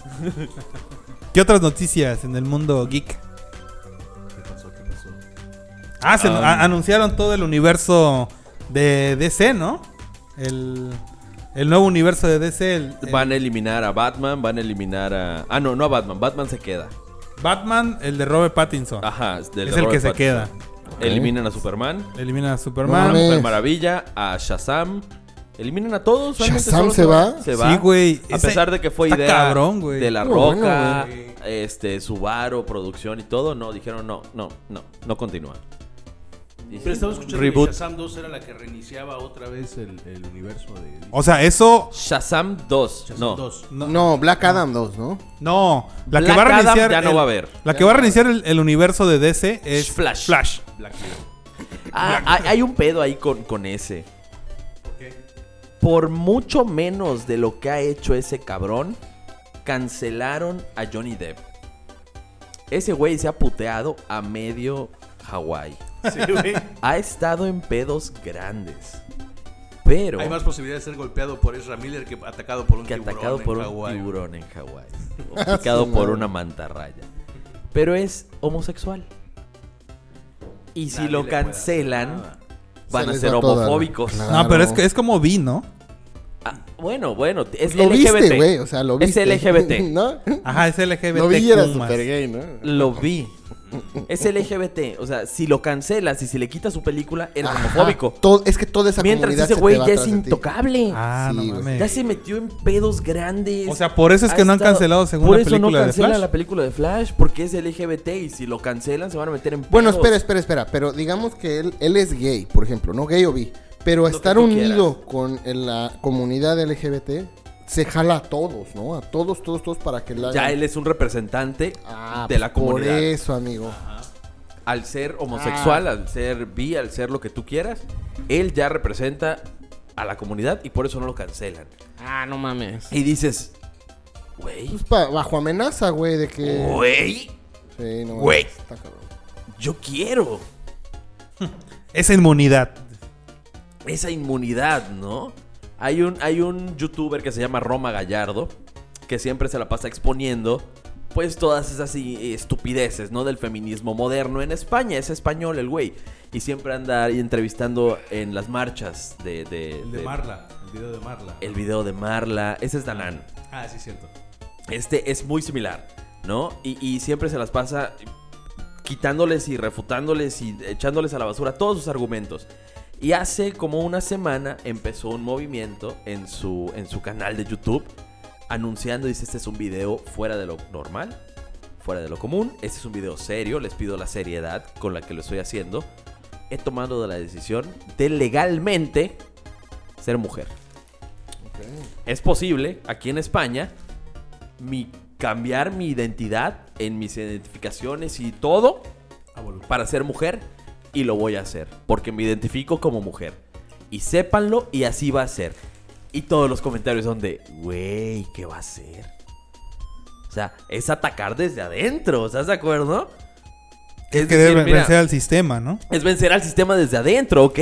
Speaker 4: ¿Qué otras noticias en el mundo geek?
Speaker 1: ¿Qué pasó? ¿Qué pasó?
Speaker 4: Ah, se
Speaker 2: mm.
Speaker 4: a- anunciaron todo el universo de DC, ¿no? El, el nuevo universo de DC. el- el
Speaker 2: [laughs] Van a eliminar a Batman, van a eliminar a... Ah, no, no a Batman, Batman se queda.
Speaker 4: Batman, el de Robert Pattinson.
Speaker 2: Ajá, del de
Speaker 4: es el
Speaker 2: Robert
Speaker 4: que se
Speaker 2: Pattinson.
Speaker 4: queda.
Speaker 2: Eliminan a Superman,
Speaker 4: Elimina a Superman.
Speaker 3: No
Speaker 2: Super
Speaker 3: Es.
Speaker 2: Maravilla, a Shazam. Eliminan a todos. realmente
Speaker 3: ¿Shazam
Speaker 2: solo
Speaker 3: se va?
Speaker 2: Se va.
Speaker 4: Sí, güey,
Speaker 2: A
Speaker 4: ese-
Speaker 2: pesar de que fue
Speaker 4: está
Speaker 2: idea
Speaker 4: cabrón, güey.
Speaker 2: de La
Speaker 3: Muy bueno,
Speaker 2: Roca, este, Subaru, producción y todo, no, dijeron no, no, no, no continúa.
Speaker 1: Pero estamos escuchando
Speaker 2: Reboot.
Speaker 1: que Shazam 2 era la que reiniciaba otra vez el, el universo de
Speaker 4: o sea, eso.
Speaker 2: Shazam 2.
Speaker 1: Shazam
Speaker 2: no.
Speaker 1: 2.
Speaker 4: No,
Speaker 3: No, Black Adam 2, ¿no?
Speaker 4: no, la que
Speaker 2: Black
Speaker 4: va a
Speaker 2: Adam
Speaker 4: reiniciar.
Speaker 2: ya no
Speaker 4: el-
Speaker 2: va a haber.
Speaker 4: La que va a reiniciar el, el universo de DC es
Speaker 2: Flash.
Speaker 4: Flash.
Speaker 1: Black Mirror.
Speaker 4: [laughs]
Speaker 2: Ah, hay, hay un pedo ahí con, con ese. Por mucho menos de lo que ha hecho ese cabrón, cancelaron a Johnny Depp. Ese güey se ha puteado a medio Hawái.
Speaker 1: Sí, güey.
Speaker 2: Ha estado en pedos grandes. Pero
Speaker 1: Hay más posibilidades de ser golpeado por Ezra Miller que atacado por un
Speaker 2: que
Speaker 1: tiburón.
Speaker 2: atacado
Speaker 1: en
Speaker 2: por un
Speaker 1: Hawái.
Speaker 2: tiburón en
Speaker 1: [laughs]
Speaker 2: Hawái. O picado
Speaker 3: Sí,
Speaker 2: por
Speaker 3: no.
Speaker 2: una mantarraya. Pero es homosexual. Y si
Speaker 1: Nadie
Speaker 2: lo
Speaker 1: le puede hacer
Speaker 2: cancelan,
Speaker 1: nada.
Speaker 2: van
Speaker 3: Se
Speaker 2: a
Speaker 3: les
Speaker 2: ser
Speaker 3: va toda la-
Speaker 2: homofóbicos.
Speaker 3: la-
Speaker 4: No,
Speaker 3: Claro.
Speaker 4: pero es, que- es como vi, ¿no?
Speaker 2: Ah, bueno, bueno, es
Speaker 3: Lo
Speaker 2: LGBT.
Speaker 3: viste, güey. O sea, lo
Speaker 2: Es
Speaker 3: viste.
Speaker 2: LGBT.
Speaker 3: [laughs] ¿No?
Speaker 4: Ajá, es LGBT.
Speaker 3: Lo vi y era
Speaker 4: Kumas.
Speaker 3: super gay, ¿no?
Speaker 2: Lo vi. Es LGBT. O sea, si lo cancelas y si le quitas su película, eres
Speaker 3: Ajá.
Speaker 2: homofóbico.
Speaker 3: Todo- es que toda esa
Speaker 2: Mientras
Speaker 3: comunidad
Speaker 2: ese
Speaker 3: se te
Speaker 2: güey
Speaker 3: va
Speaker 2: ya es
Speaker 3: atrás de ti.
Speaker 2: intocable.
Speaker 4: Ah,
Speaker 3: Sí,
Speaker 4: no
Speaker 3: güey.
Speaker 4: mames.
Speaker 2: Ya se metió en pedos grandes.
Speaker 4: O sea, por eso es que
Speaker 2: Ha
Speaker 4: no han
Speaker 2: estado-
Speaker 4: cancelado según
Speaker 2: Por
Speaker 4: la
Speaker 2: eso no
Speaker 4: película de
Speaker 2: cancela
Speaker 4: Flash.
Speaker 2: la película de Flash porque es LGBT y si lo cancelan se van a meter en pedos.
Speaker 3: Bueno, espera, espera, espera. Pero digamos que él, él es gay, por ejemplo, no gay o bi. Pero
Speaker 2: que
Speaker 3: estar
Speaker 2: tú
Speaker 3: unido con la comunidad LGBT se jala a todos, ¿no? A todos, todos, todos para que la.
Speaker 2: Ya él es un representante
Speaker 3: Ah,
Speaker 2: de la comunidad.
Speaker 3: Por eso, amigo.
Speaker 2: Al ser homosexual,
Speaker 1: Ah.
Speaker 2: al ser bi, al ser lo que tú quieras, él ya representa a la comunidad y por eso no lo cancelan.
Speaker 3: Ah, no mames.
Speaker 2: Y dices, güey,
Speaker 3: Pues pa- bajo amenaza, güey, de que.
Speaker 2: güey,
Speaker 3: Sí, no mames,
Speaker 2: Güey.
Speaker 3: está cabrón.
Speaker 2: yo quiero
Speaker 4: Esa inmunidad.
Speaker 2: esa inmunidad, ¿no? Hay un, hay un youtuber que se llama Roma Gallardo, que siempre se la pasa exponiendo, pues todas esas i- estupideces, ¿no? Del feminismo moderno en España, es español el güey. Y siempre anda ahí entrevistando en las marchas de... de-
Speaker 1: El de
Speaker 2: de-
Speaker 1: Marla. El video de Marla.
Speaker 2: El video de Marla, ese es Danán.
Speaker 1: Ah, sí, cierto.
Speaker 2: Este es muy similar, ¿no? Y, y siempre se las pasa quitándoles y refutándoles y echándoles a la basura todos sus argumentos. Y hace como una semana empezó un movimiento en su, en su canal de YouTube anunciando, dice, este es un video fuera de lo normal, fuera de lo común, este es un video serio, les pido la seriedad con la que lo estoy haciendo. he tomado la decisión de legalmente ser mujer. Es posible, aquí en España, mi, cambiar mi identidad en mis identificaciones y todo para ser mujer y lo voy a hacer porque me identifico como mujer. Y sépanlo y así va a ser. Y todos los comentarios son de, güey, ¿qué va a ser? O sea, es atacar desde adentro, ¿estás de acuerdo?
Speaker 4: Es que
Speaker 2: decir,
Speaker 4: debe
Speaker 2: mira,
Speaker 4: vencer al sistema, ¿no?
Speaker 2: es vencer al sistema desde adentro, ok.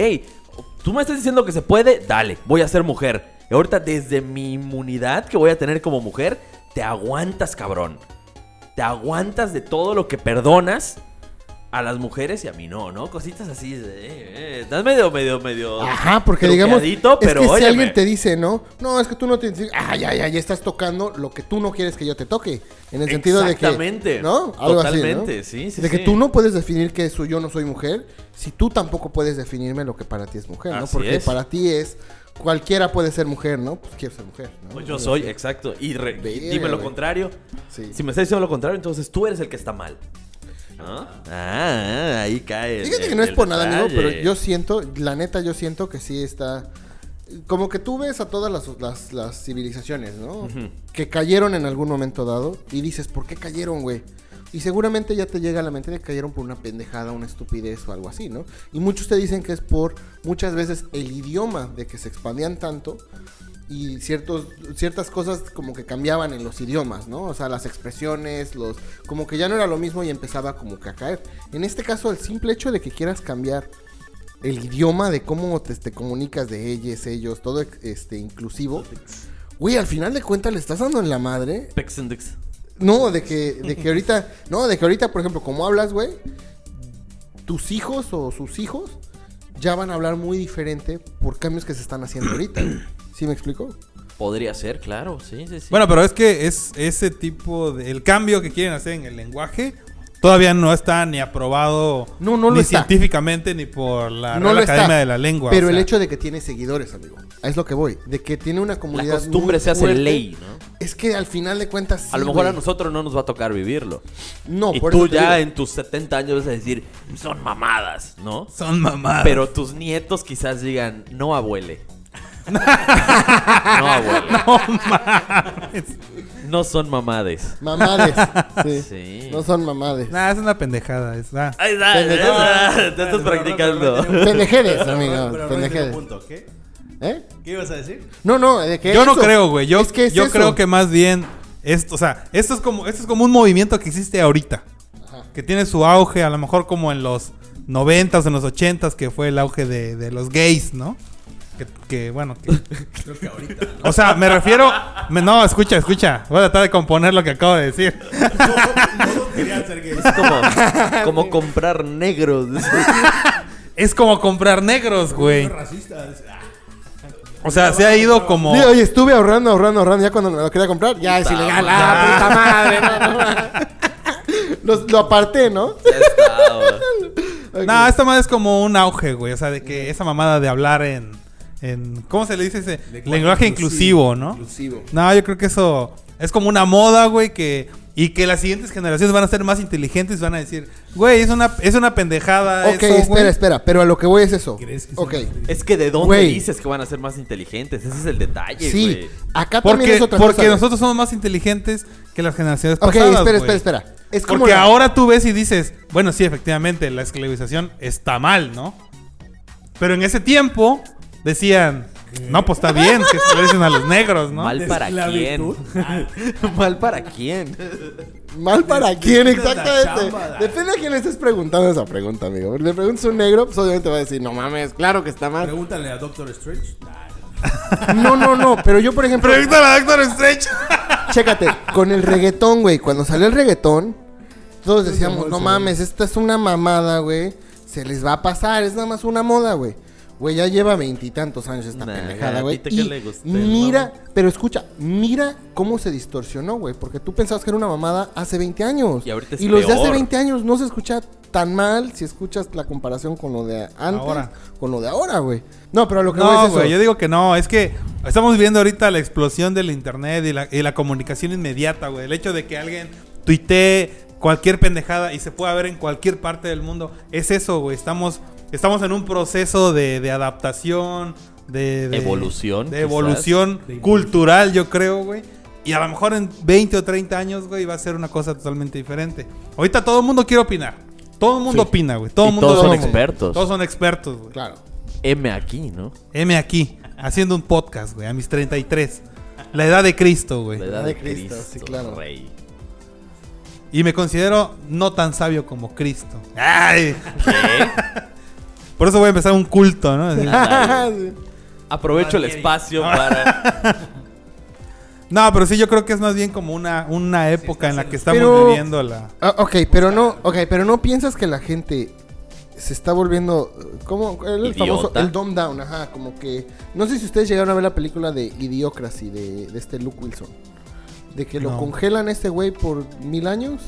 Speaker 2: Tú me estás diciendo que se puede, dale, voy a ser mujer. Y ahorita desde mi inmunidad que voy a tener como mujer, te aguantas, cabrón. Te aguantas de todo lo que perdonas a las mujeres y a mí no, ¿no? Cositas así. de, eh, eh, estás medio, medio, medio.
Speaker 3: Ajá, porque digamos. Es
Speaker 2: truqueadito, pero
Speaker 3: que si
Speaker 2: óyeme.
Speaker 3: alguien te dice, ¿no? No, es que tú no te identificas. Ah, ya, ya, ya estás tocando lo que tú no quieres que yo te toque. En el sentido de que.
Speaker 2: Exactamente.
Speaker 3: ¿No? Algo así, ¿no?
Speaker 2: Totalmente, sí, sí,
Speaker 3: De que
Speaker 2: sí.
Speaker 3: tú no puedes definir que soy- yo no soy mujer, si tú tampoco puedes definirme lo que para ti es mujer, ¿no?
Speaker 2: Así
Speaker 3: Porque
Speaker 2: es.
Speaker 3: para ti es. Cualquiera puede ser mujer, ¿no? Pues quiero ser mujer, ¿no?
Speaker 2: Pues yo soy, exacto. Y re- y
Speaker 3: Verga,
Speaker 2: dime lo
Speaker 3: güey.
Speaker 2: contrario.
Speaker 3: Sí.
Speaker 2: Si me estás diciendo lo contrario, entonces tú eres el que está mal. ¿No? Ah, ahí cae. el-
Speaker 3: Fíjate que
Speaker 2: el-
Speaker 3: no es
Speaker 2: el
Speaker 3: por nada, amigo, pero
Speaker 2: detalle.
Speaker 3: yo siento, la neta, yo siento que sí está. Como que tú ves a todas las, las- las civilizaciones, ¿no? Que cayeron en algún momento dado y dices, ¿por qué cayeron, güey? Y seguramente ya te llega a la mente de que cayeron por una pendejada, una estupidez o algo así, ¿no? Y muchos te dicen que es por muchas veces el idioma de que se expandían tanto y ciertos, ciertas cosas como que cambiaban en los idiomas, ¿no? O sea, las expresiones, los como que ya no era lo mismo y empezaba como que a caer. En este caso, el simple hecho de que quieras cambiar el idioma de cómo te, te comunicas de ellos, ellos, todo ex- este inclusivo. Güey, al final de cuentas le estás dando en la madre.
Speaker 2: Pex and Dex.
Speaker 3: No, de que, de que ahorita, no, de que ahorita, por ejemplo, como hablas, güey, tus hijos o sus hijos ya van a hablar muy diferente por cambios que se están haciendo ahorita. ¿Sí me explico?
Speaker 2: Podría ser, claro, sí, sí, sí.
Speaker 4: Bueno, pero es que es ese tipo de. El cambio que quieren hacer en el lenguaje todavía no está ni aprobado
Speaker 3: No, no lo
Speaker 4: ni
Speaker 3: está.
Speaker 4: científicamente ni por la
Speaker 3: no
Speaker 4: Real
Speaker 3: lo
Speaker 4: Academia
Speaker 3: está,
Speaker 4: de la Lengua.
Speaker 3: Pero
Speaker 4: o
Speaker 3: el
Speaker 4: sea.
Speaker 3: hecho de que tiene seguidores, amigo. Es lo que voy. De que tiene una
Speaker 2: la
Speaker 3: comunidad.
Speaker 2: costumbre
Speaker 3: muy
Speaker 2: se hace
Speaker 3: fuerte.
Speaker 2: ley, ¿no?
Speaker 3: Es que al final de cuentas. sí,
Speaker 2: a lo mejor
Speaker 3: güey.
Speaker 2: a nosotros no nos va a tocar vivirlo.
Speaker 3: No,
Speaker 2: y
Speaker 3: por
Speaker 2: tú
Speaker 3: eso te
Speaker 2: ya
Speaker 3: digo.
Speaker 2: en tus 70 años vas a decir, son mamadas, ¿no?
Speaker 4: Son mamadas.
Speaker 2: Pero tus nietos quizás digan, no abuele. no
Speaker 3: [laughs]
Speaker 2: abuele. No son mamades. [laughs]
Speaker 3: Mamades. sí.
Speaker 2: Sí.
Speaker 3: No son mamades. [laughs]
Speaker 4: Nah, es una pendejada. Es, ah. nah.
Speaker 2: Ahí está, ahí está, te estás practicando.
Speaker 3: Pendejeres, amigo.
Speaker 1: Pero no entiendo
Speaker 3: Pendejeres.
Speaker 1: punto, ¿qué?
Speaker 3: ¿eh?
Speaker 1: ¿Qué ibas a decir?
Speaker 4: [laughs]
Speaker 3: No, no, de que
Speaker 4: Yo no
Speaker 3: eso.
Speaker 4: creo, güey. Yo,
Speaker 3: Es que es
Speaker 4: yo
Speaker 3: eso.
Speaker 4: creo que más bien. Esto, o sea, esto es como, esto es como un movimiento que existe ahorita.
Speaker 3: Ajá.
Speaker 4: Que tiene su auge, a lo mejor como en los 90s, en los 80s, que fue el auge de, de los gays, ¿no? Que, que, bueno, que... O sea, me refiero... me- no, escucha, escucha. Voy a tratar de componer lo que acabo de decir.
Speaker 1: No quería hacer que
Speaker 2: Es como,
Speaker 3: [laughs]
Speaker 2: como comprar negros.
Speaker 4: Es como comprar negros, güey. O sea, se ha ido como...
Speaker 3: Sí, oye, estuve ahorrando, ahorrando, ahorrando. Ya cuando me lo quería comprar, ya es ilegal. ¡Ah, puta madre! No, [laughs] no. Los- lo aparté, ¿no?
Speaker 2: Ya está, güey.
Speaker 3: Ok.
Speaker 4: No, esta madre es como un auge, güey. O sea, de que esa mamada de hablar en. en ¿Cómo se le dice ese? Lenguaje inclusivo, ¿no?
Speaker 3: Inclusivo.
Speaker 4: No, yo creo que eso es como una moda, güey, que. Y que las siguientes generaciones van a ser más inteligentes y van a decir, güey, es una, es una pendejada.
Speaker 3: Ok,
Speaker 4: eso,
Speaker 3: espera,
Speaker 4: güey".
Speaker 3: espera. Pero a lo que voy es eso. ok.
Speaker 2: Es que de dónde
Speaker 3: Güey.
Speaker 2: dices que van a ser más inteligentes, ese es el detalle,
Speaker 3: Sí,
Speaker 2: güey.
Speaker 3: acá también
Speaker 4: Porque,
Speaker 3: es otra
Speaker 4: porque
Speaker 3: cosa. güey.
Speaker 4: nosotros somos más inteligentes que las generaciones
Speaker 3: Ok,
Speaker 4: pasadas.
Speaker 3: espera,
Speaker 4: güey.
Speaker 3: espera, espera. Es como
Speaker 4: Porque
Speaker 3: la-
Speaker 4: ahora tú ves y dices, bueno, sí, efectivamente, la esclavización está mal, ¿no? Pero en ese tiempo decían, no, pues está bien que esclavicen a los negros, ¿no?
Speaker 2: Mal para quién. Ah,
Speaker 1: esclavitud.
Speaker 2: [laughs] Mal para quién.
Speaker 4: [laughs]
Speaker 3: Mal para quién, exactamente.
Speaker 1: chamba, da.
Speaker 3: Depende a quién le estés preguntando esa pregunta, amigo. Le preguntas a un negro, pues obviamente va a decir, no mames, claro que está mal.
Speaker 1: Pregúntale a Doctor Strange.
Speaker 3: No, no, no. Pero
Speaker 4: [laughs]
Speaker 3: yo, por ejemplo,
Speaker 4: Pregúntale a Doctor Strange.
Speaker 3: chécate, con el reggaetón, güey. Cuando salió el reggaetón, todos decíamos, no mames, esta es una mamada, güey. Se les va a pasar, es nada más una moda, güey. Güey, ya lleva veintitantos años esta
Speaker 2: Nah,
Speaker 3: pendejada,
Speaker 2: ¿a
Speaker 3: güey.
Speaker 2: ti te
Speaker 3: Y
Speaker 2: qué le gusta,
Speaker 3: Mira, pero escucha, mira cómo se distorsionó, güey. Porque tú pensabas que era una mamada hace 20 años.
Speaker 2: Y ahorita es
Speaker 3: los de hace
Speaker 2: peor.
Speaker 3: 20 años no se escucha tan mal si escuchas la comparación con lo de antes,
Speaker 4: Ahora.
Speaker 3: con lo de ahora, güey. No, pero a lo que voy es
Speaker 4: No,
Speaker 3: eso.
Speaker 4: güey, yo digo que no. Es que estamos viviendo ahorita la explosión del internet y la, y la comunicación inmediata, güey. El hecho de que alguien tuitee cualquier pendejada y se pueda ver en cualquier parte del mundo. Es eso, güey. Estamos estamos en un proceso de, de adaptación, de, de-
Speaker 2: Evolución,
Speaker 4: de
Speaker 2: quizás.
Speaker 4: evolución cultural, yo creo, güey. Y a lo mejor en 20 o 30 años, güey, va a ser una cosa totalmente diferente. Ahorita todo el mundo quiere opinar. Todo el mundo opina, güey. Todo
Speaker 2: Y
Speaker 4: el mundo
Speaker 2: todos son
Speaker 4: opina.
Speaker 2: expertos.
Speaker 4: Todos son expertos, güey.
Speaker 3: Claro.
Speaker 2: M aquí, ¿no?
Speaker 4: M aquí, haciendo un podcast, güey, a mis 33. La edad de Cristo, güey.
Speaker 2: La edad de,
Speaker 3: de
Speaker 2: Cristo,
Speaker 3: Cristo, sí, claro.
Speaker 2: rey.
Speaker 4: Y me considero no tan sabio como Cristo. ¡Ay! Por eso voy a empezar un culto, ¿no?
Speaker 3: [laughs]
Speaker 4: Así-
Speaker 2: Ándale. Aprovecho el espacio
Speaker 4: Ah.
Speaker 2: para...
Speaker 4: No, pero sí, yo creo que es más bien como una, una época en la que estamos
Speaker 3: Pero-
Speaker 4: viviendo la...
Speaker 3: Ah, ok, pero no, ok, pero no piensas que la gente se está volviendo como el,
Speaker 2: Idiota.
Speaker 3: famoso el dumb down, ajá, como que no sé si ustedes llegaron a ver la película de Idiocracy de, de este Luke Wilson, de que lo
Speaker 4: No.
Speaker 3: congelan a este güey por mil años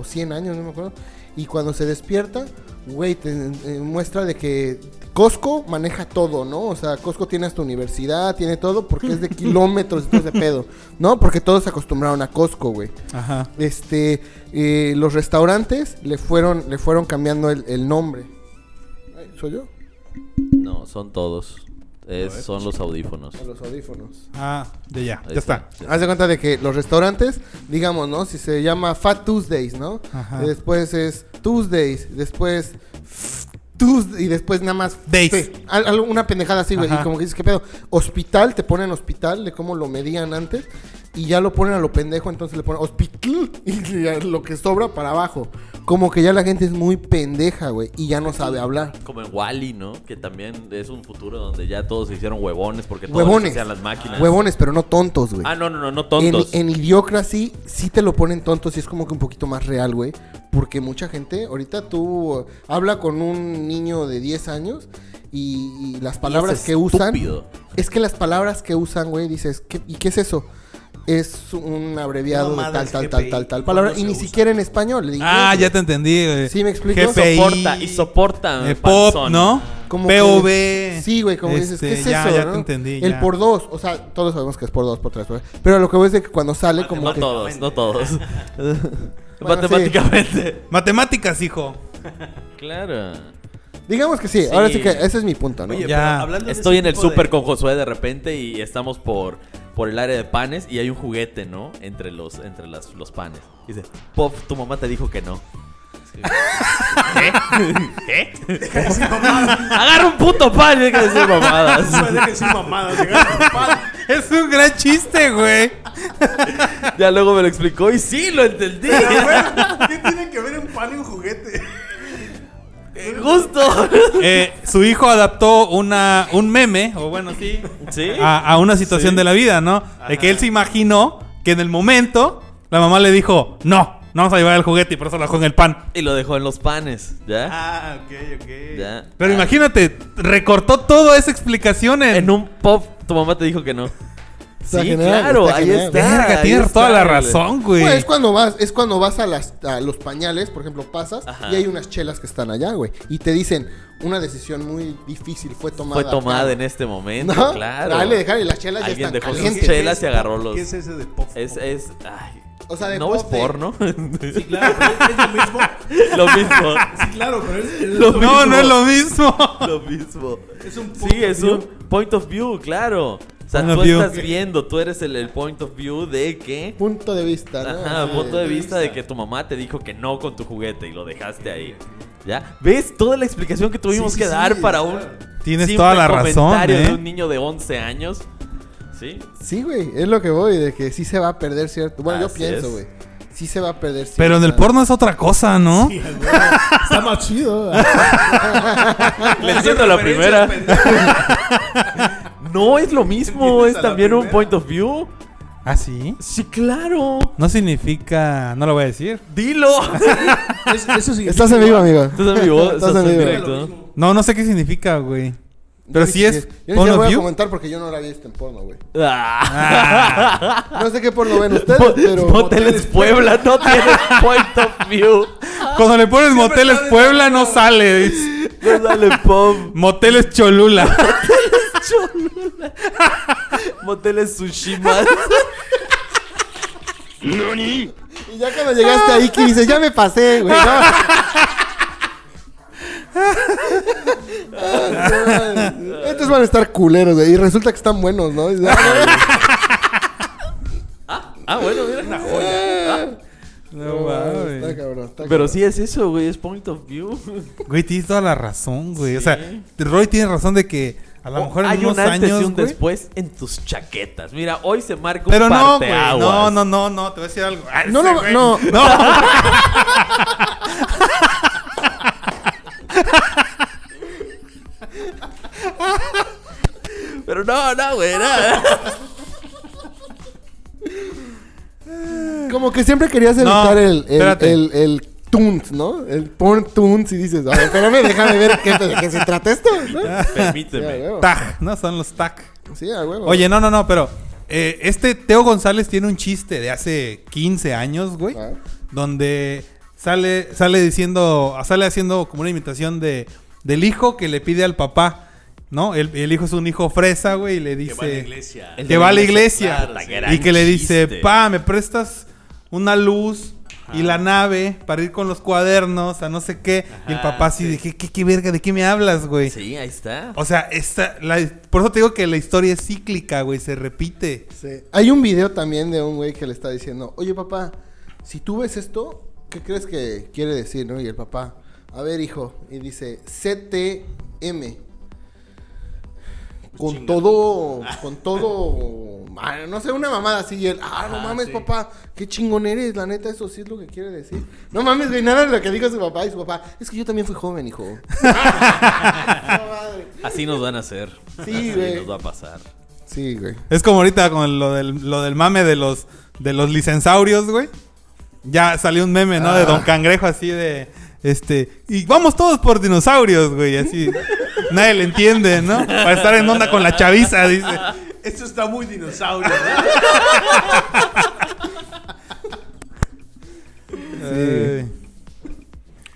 Speaker 3: o cien años, no me acuerdo, y cuando se despierta, güey, te eh, muestra de que Costco maneja todo, ¿no? O sea, Costco tiene hasta universidad, tiene todo, porque es de kilómetros y todo ese pedo, ¿no? Porque todos se acostumbraron a Costco, güey
Speaker 4: Ajá.
Speaker 3: este eh, los restaurantes le fueron le fueron cambiando el, el nombre Ay, soy yo
Speaker 2: No, son todos. Es- son los audífonos.
Speaker 3: a los audífonos
Speaker 4: Ah, de ya,
Speaker 2: Ahí
Speaker 4: ya está.
Speaker 3: haz de cuenta de que los restaurantes digamos no si se llama Fat Tuesdays no
Speaker 4: Ajá.
Speaker 3: Y después es Tuesdays después Tuesday y después nada más
Speaker 4: Days.
Speaker 3: Sí, al- al- una pendejada así güey
Speaker 4: Ajá.
Speaker 3: y como que dices qué pedo hospital te ponen hospital de cómo lo medían antes y ya lo ponen a lo pendejo, entonces le ponen hospital [laughs] y ya lo que sobra para abajo. Como que ya la gente es muy pendeja, güey, y ya no sabe hablar.
Speaker 2: Como en Wally, ¿no? Que también es un futuro donde ya todos se hicieron huevones porque todos
Speaker 3: Huevones.
Speaker 2: hacían las máquinas.
Speaker 3: Huevones, pero no tontos, güey.
Speaker 2: Ah, no, no, no, no
Speaker 3: En,
Speaker 2: tontos.
Speaker 3: en Idiocracy sí te lo ponen tontos y es como que un poquito más real, güey. Porque mucha gente, ahorita tú eh, habla con un niño de 10 años y, y las palabras que usan.
Speaker 2: estúpido.
Speaker 3: Es que las palabras que usan, güey, dices, ¿qué- ¿y qué es eso? Es un abreviado de
Speaker 6: Mamadas,
Speaker 3: tal, tal,
Speaker 6: GPI,
Speaker 3: tal, tal, tal palabra.
Speaker 6: ¿cuándo
Speaker 3: Y
Speaker 6: se
Speaker 3: ni
Speaker 6: usa?
Speaker 3: siquiera en español. en
Speaker 4: Ah,
Speaker 3: inglés,
Speaker 4: ya
Speaker 3: güey.
Speaker 4: te entendí, güey.
Speaker 3: Sí, me explico.
Speaker 4: GPI,
Speaker 2: Soporta y soporta.
Speaker 4: eh, pop,
Speaker 2: panzón.
Speaker 4: ¿no?
Speaker 3: Como
Speaker 4: POV.
Speaker 3: que- sí, güey, como dices,
Speaker 4: Este,
Speaker 3: ¿qué es
Speaker 4: ya,
Speaker 3: eso?
Speaker 4: Ya
Speaker 3: no?
Speaker 4: te entendí.
Speaker 3: El
Speaker 4: ya.
Speaker 3: por dos, o sea, todos sabemos que es por dos, por tres, por Pero lo que voy es de que cuando sale, como
Speaker 2: No
Speaker 3: que.
Speaker 2: todos, no todos.
Speaker 1: [laughs]
Speaker 3: Bueno, sí.
Speaker 2: Matemáticamente.
Speaker 4: Matemáticas, hijo. [laughs]
Speaker 2: Claro.
Speaker 3: Digamos que sí,
Speaker 2: Sí.
Speaker 3: ahora sí que ese es mi punto, ¿no?
Speaker 1: Oye,
Speaker 4: Ya.
Speaker 1: pero hablando de
Speaker 2: Estoy
Speaker 1: ese
Speaker 2: en el
Speaker 1: tipo de- [laughs]
Speaker 2: súper con Josué de repente y estamos por, por el área de panes y hay un juguete, ¿no? Entre los, entre las, los panes. Y dice, Pop, tu mamá te dijo que no. ¿Qué? ¿Qué? [laughs] Agarra un puto pan, deja de decir [laughs] mamadas.
Speaker 1: Dejen sin mamadas,
Speaker 2: [laughs]
Speaker 1: digan, "Papá,
Speaker 4: Es un gran chiste, güey.
Speaker 2: Ya luego me lo explicó y sí, lo [laughs] entendí.
Speaker 1: ¿Qué tiene que ver un pan y un
Speaker 2: [laughs]
Speaker 1: juguete?
Speaker 2: Justo.
Speaker 4: Eh, su hijo adaptó una, un meme, o bueno, sí,
Speaker 2: ¿Sí?
Speaker 4: a, a una situación de la vida, ¿no? De que él se imaginó que en el momento la mamá le dijo, no, no vamos a llevar el juguete y por eso lo dejó en el pan.
Speaker 2: Y lo dejó en los panes, ¿ya?
Speaker 1: Ah, ok, ok.
Speaker 2: ¿Ya?
Speaker 4: Pero
Speaker 2: Ah.
Speaker 4: imagínate, recortó toda esa explicación en,
Speaker 2: En un pop, tu mamá te dijo que no.
Speaker 3: Está
Speaker 2: sí,
Speaker 3: genial,
Speaker 2: claro,
Speaker 3: está
Speaker 2: ahí
Speaker 3: genial.
Speaker 2: está.
Speaker 4: Verga,
Speaker 2: Ah, ahí
Speaker 4: tienes
Speaker 2: está,
Speaker 4: toda la
Speaker 2: güey.
Speaker 4: razón, güey.
Speaker 3: Pues, es cuando vas, es cuando vas a las a los pañales, por ejemplo, pasas
Speaker 2: Ajá.
Speaker 3: y hay unas chelas que están allá, güey, y te dicen una decisión muy difícil fue tomada.
Speaker 2: Fue tomada
Speaker 3: acá".
Speaker 2: en este momento,
Speaker 3: ¿No?
Speaker 2: claro.
Speaker 3: Dale, dejar y las chelas ya
Speaker 2: Alguien
Speaker 3: están
Speaker 2: dejó sus
Speaker 1: ¿Qué-
Speaker 3: calientes.
Speaker 1: qué
Speaker 2: chelas
Speaker 1: es
Speaker 2: y agarró
Speaker 1: pop?
Speaker 2: los-
Speaker 1: ¿Qué es ese de pop?
Speaker 2: Es,
Speaker 1: pop?
Speaker 2: es, ay.
Speaker 3: O sea, de
Speaker 2: no es
Speaker 3: pop de-
Speaker 2: porno. [laughs]
Speaker 1: Sí, claro, pero es lo mismo.
Speaker 2: lo mismo. [laughs]
Speaker 1: Sí, claro, pero es, es
Speaker 2: Lo
Speaker 1: lo-
Speaker 4: no,
Speaker 2: mismo.
Speaker 4: no es lo mismo.
Speaker 2: Lo mismo.
Speaker 1: es un punto
Speaker 2: Sí, es
Speaker 1: de
Speaker 2: un
Speaker 1: view.
Speaker 2: point of view, claro. O sea,
Speaker 4: Point of
Speaker 2: tú
Speaker 4: view.
Speaker 2: estás viendo, tú eres el, el point of view de que.
Speaker 3: Punto de vista, ¿no?
Speaker 2: Ajá,
Speaker 3: Sí.
Speaker 2: punto de vista de que tu mamá te dijo que no con tu juguete y lo dejaste ahí. ¿Ya? ¿Ves toda la explicación que tuvimos
Speaker 3: Sí,
Speaker 2: que
Speaker 3: sí,
Speaker 2: dar
Speaker 3: sí,
Speaker 2: para un
Speaker 3: claro.
Speaker 4: Tienes
Speaker 2: simple
Speaker 4: toda la razón,
Speaker 2: comentario
Speaker 4: ¿eh?
Speaker 2: de un niño de 11 años?
Speaker 3: [laughs]
Speaker 2: ¿Sí?
Speaker 3: Sí, güey, es lo que voy, de que sí se va a perder cierto. Bueno, yo
Speaker 2: Así
Speaker 3: pienso,
Speaker 2: es.
Speaker 3: güey. Sí se va a perder cierto.
Speaker 4: Pero en el porno es otra cosa, ¿no?
Speaker 3: está más chido.
Speaker 2: Le entiendo la primera. No es lo mismo,
Speaker 1: Entiendes
Speaker 2: es
Speaker 1: a la
Speaker 2: también un
Speaker 1: primera.
Speaker 2: point of view.
Speaker 4: ¿Ah, sí?
Speaker 2: Sí, claro.
Speaker 4: No significa... No lo voy a decir. [laughs]
Speaker 2: Dilo.
Speaker 1: Es- eso sí.
Speaker 3: Estás en vivo, amigo.
Speaker 2: Estás en vivo,
Speaker 3: Estás en vivo.
Speaker 2: directo.
Speaker 4: No, no sé qué significa, güey. Pero
Speaker 3: Yo
Speaker 4: sí
Speaker 3: ni
Speaker 4: es
Speaker 3: siquiera- Yo ni
Speaker 4: porno
Speaker 3: siquiera voy a
Speaker 4: view.
Speaker 3: comentar porque yo no la vi visto en porno, güey.
Speaker 2: Ah.
Speaker 3: No sé qué porno ven ustedes,
Speaker 2: Po-
Speaker 3: pero.
Speaker 2: Moteles Puebla no tiene point of view.
Speaker 4: Cuando le pones moteles Puebla no sale. dice.
Speaker 2: No sale pop.
Speaker 4: Moteles
Speaker 2: [laughs]
Speaker 4: Cholula.
Speaker 2: Cholula. Moteles Tsushima.
Speaker 3: Y ya cuando llegaste ahí, que dices, ya me pasé, güey. ¿no? Estos van a estar culeros, güey. Y resulta que están buenos, ¿no? Y-
Speaker 2: Ah, bueno, mira.
Speaker 4: No,
Speaker 3: está
Speaker 4: mames.
Speaker 3: cabrón, está
Speaker 2: Pero
Speaker 3: cabrón.
Speaker 2: sí es eso, güey, es point of view.
Speaker 4: Güey, tienes toda la razón, güey. O sea, Roy tiene razón de que a lo mejor en
Speaker 2: Oh, Hay
Speaker 4: unos
Speaker 2: un antes
Speaker 4: años.
Speaker 2: y un
Speaker 4: güey,
Speaker 2: después en tus chaquetas. Mira, hoy se marca un
Speaker 4: Pero no, güey.
Speaker 2: parteaguas.
Speaker 4: No, no, no, no. Te voy a decir algo. Ah,
Speaker 3: No,
Speaker 4: ese
Speaker 3: no,
Speaker 4: güey. [laughs]
Speaker 3: no.
Speaker 2: Pero no, no, güey,
Speaker 4: [laughs]
Speaker 2: no.
Speaker 3: Como que siempre querías
Speaker 4: No,
Speaker 3: evitar el, el,
Speaker 4: espérate.
Speaker 3: el, el tunt, ¿no? El porn tunt y dices, a ver, espérame, déjame ver qué, de qué se trata esto. ¿no? Sí, a
Speaker 2: Permíteme.
Speaker 3: huevo.
Speaker 4: Tag, ¿no? Son los tag.
Speaker 3: Sí, a huevo.
Speaker 4: Oye, no, no, no, pero eh, este Teo González tiene un chiste de hace 15 años, güey,
Speaker 3: Ah.
Speaker 4: donde sale sale diciendo, sale haciendo como una imitación de del hijo que le pide al papá, ¿no? El, el hijo es un hijo fresa, güey, y le dice
Speaker 1: va a la iglesia.
Speaker 2: El
Speaker 4: que
Speaker 2: de
Speaker 4: va a la
Speaker 2: iglesia,
Speaker 4: iglesia
Speaker 2: claro, sí.
Speaker 4: y que le dice,
Speaker 2: Gran chiste.
Speaker 4: pa, me prestas una luz y la nave para ir con los cuadernos a no sé qué. y el
Speaker 2: Ajá,
Speaker 4: papá así, de, ¿qué, qué, qué verga? ¿De qué me hablas, güey?
Speaker 2: Sí, ahí está.
Speaker 4: O sea, esta, la- por eso te digo que la historia es cíclica, güey, se repite.
Speaker 3: Sí. Hay un video también de un güey que le está diciendo, oye papá, si tú ves esto, ¿qué crees que quiere decir, no? Y el papá, a ver hijo, y dice, CTM. Con todo, con todo, ah, no sé, una mamada así. Y él, ah, no mames, papá, qué chingón eres, la neta, eso sí es lo que quiere decir. No mames, güey, nada de lo que diga su papá y su papá. Es que yo también fui joven, hijo. No, madre.
Speaker 2: Así nos van a hacer.
Speaker 3: Sí,
Speaker 2: Así
Speaker 3: güey.
Speaker 2: nos va a pasar.
Speaker 3: sí, güey.
Speaker 4: Es como ahorita con lo del, lo del mame de los, de los licensaurios, güey. Ya salió un meme,
Speaker 2: Ah.
Speaker 4: ¿no? De Don Cangrejo así de, este, y vamos todos por dinosaurios, güey,
Speaker 2: [laughs]
Speaker 4: así. Nadie le entiende, ¿no? Para estar en onda con la chaviza, dice.
Speaker 1: Esto está muy dinosaurio, ¿verdad?
Speaker 4: Ay.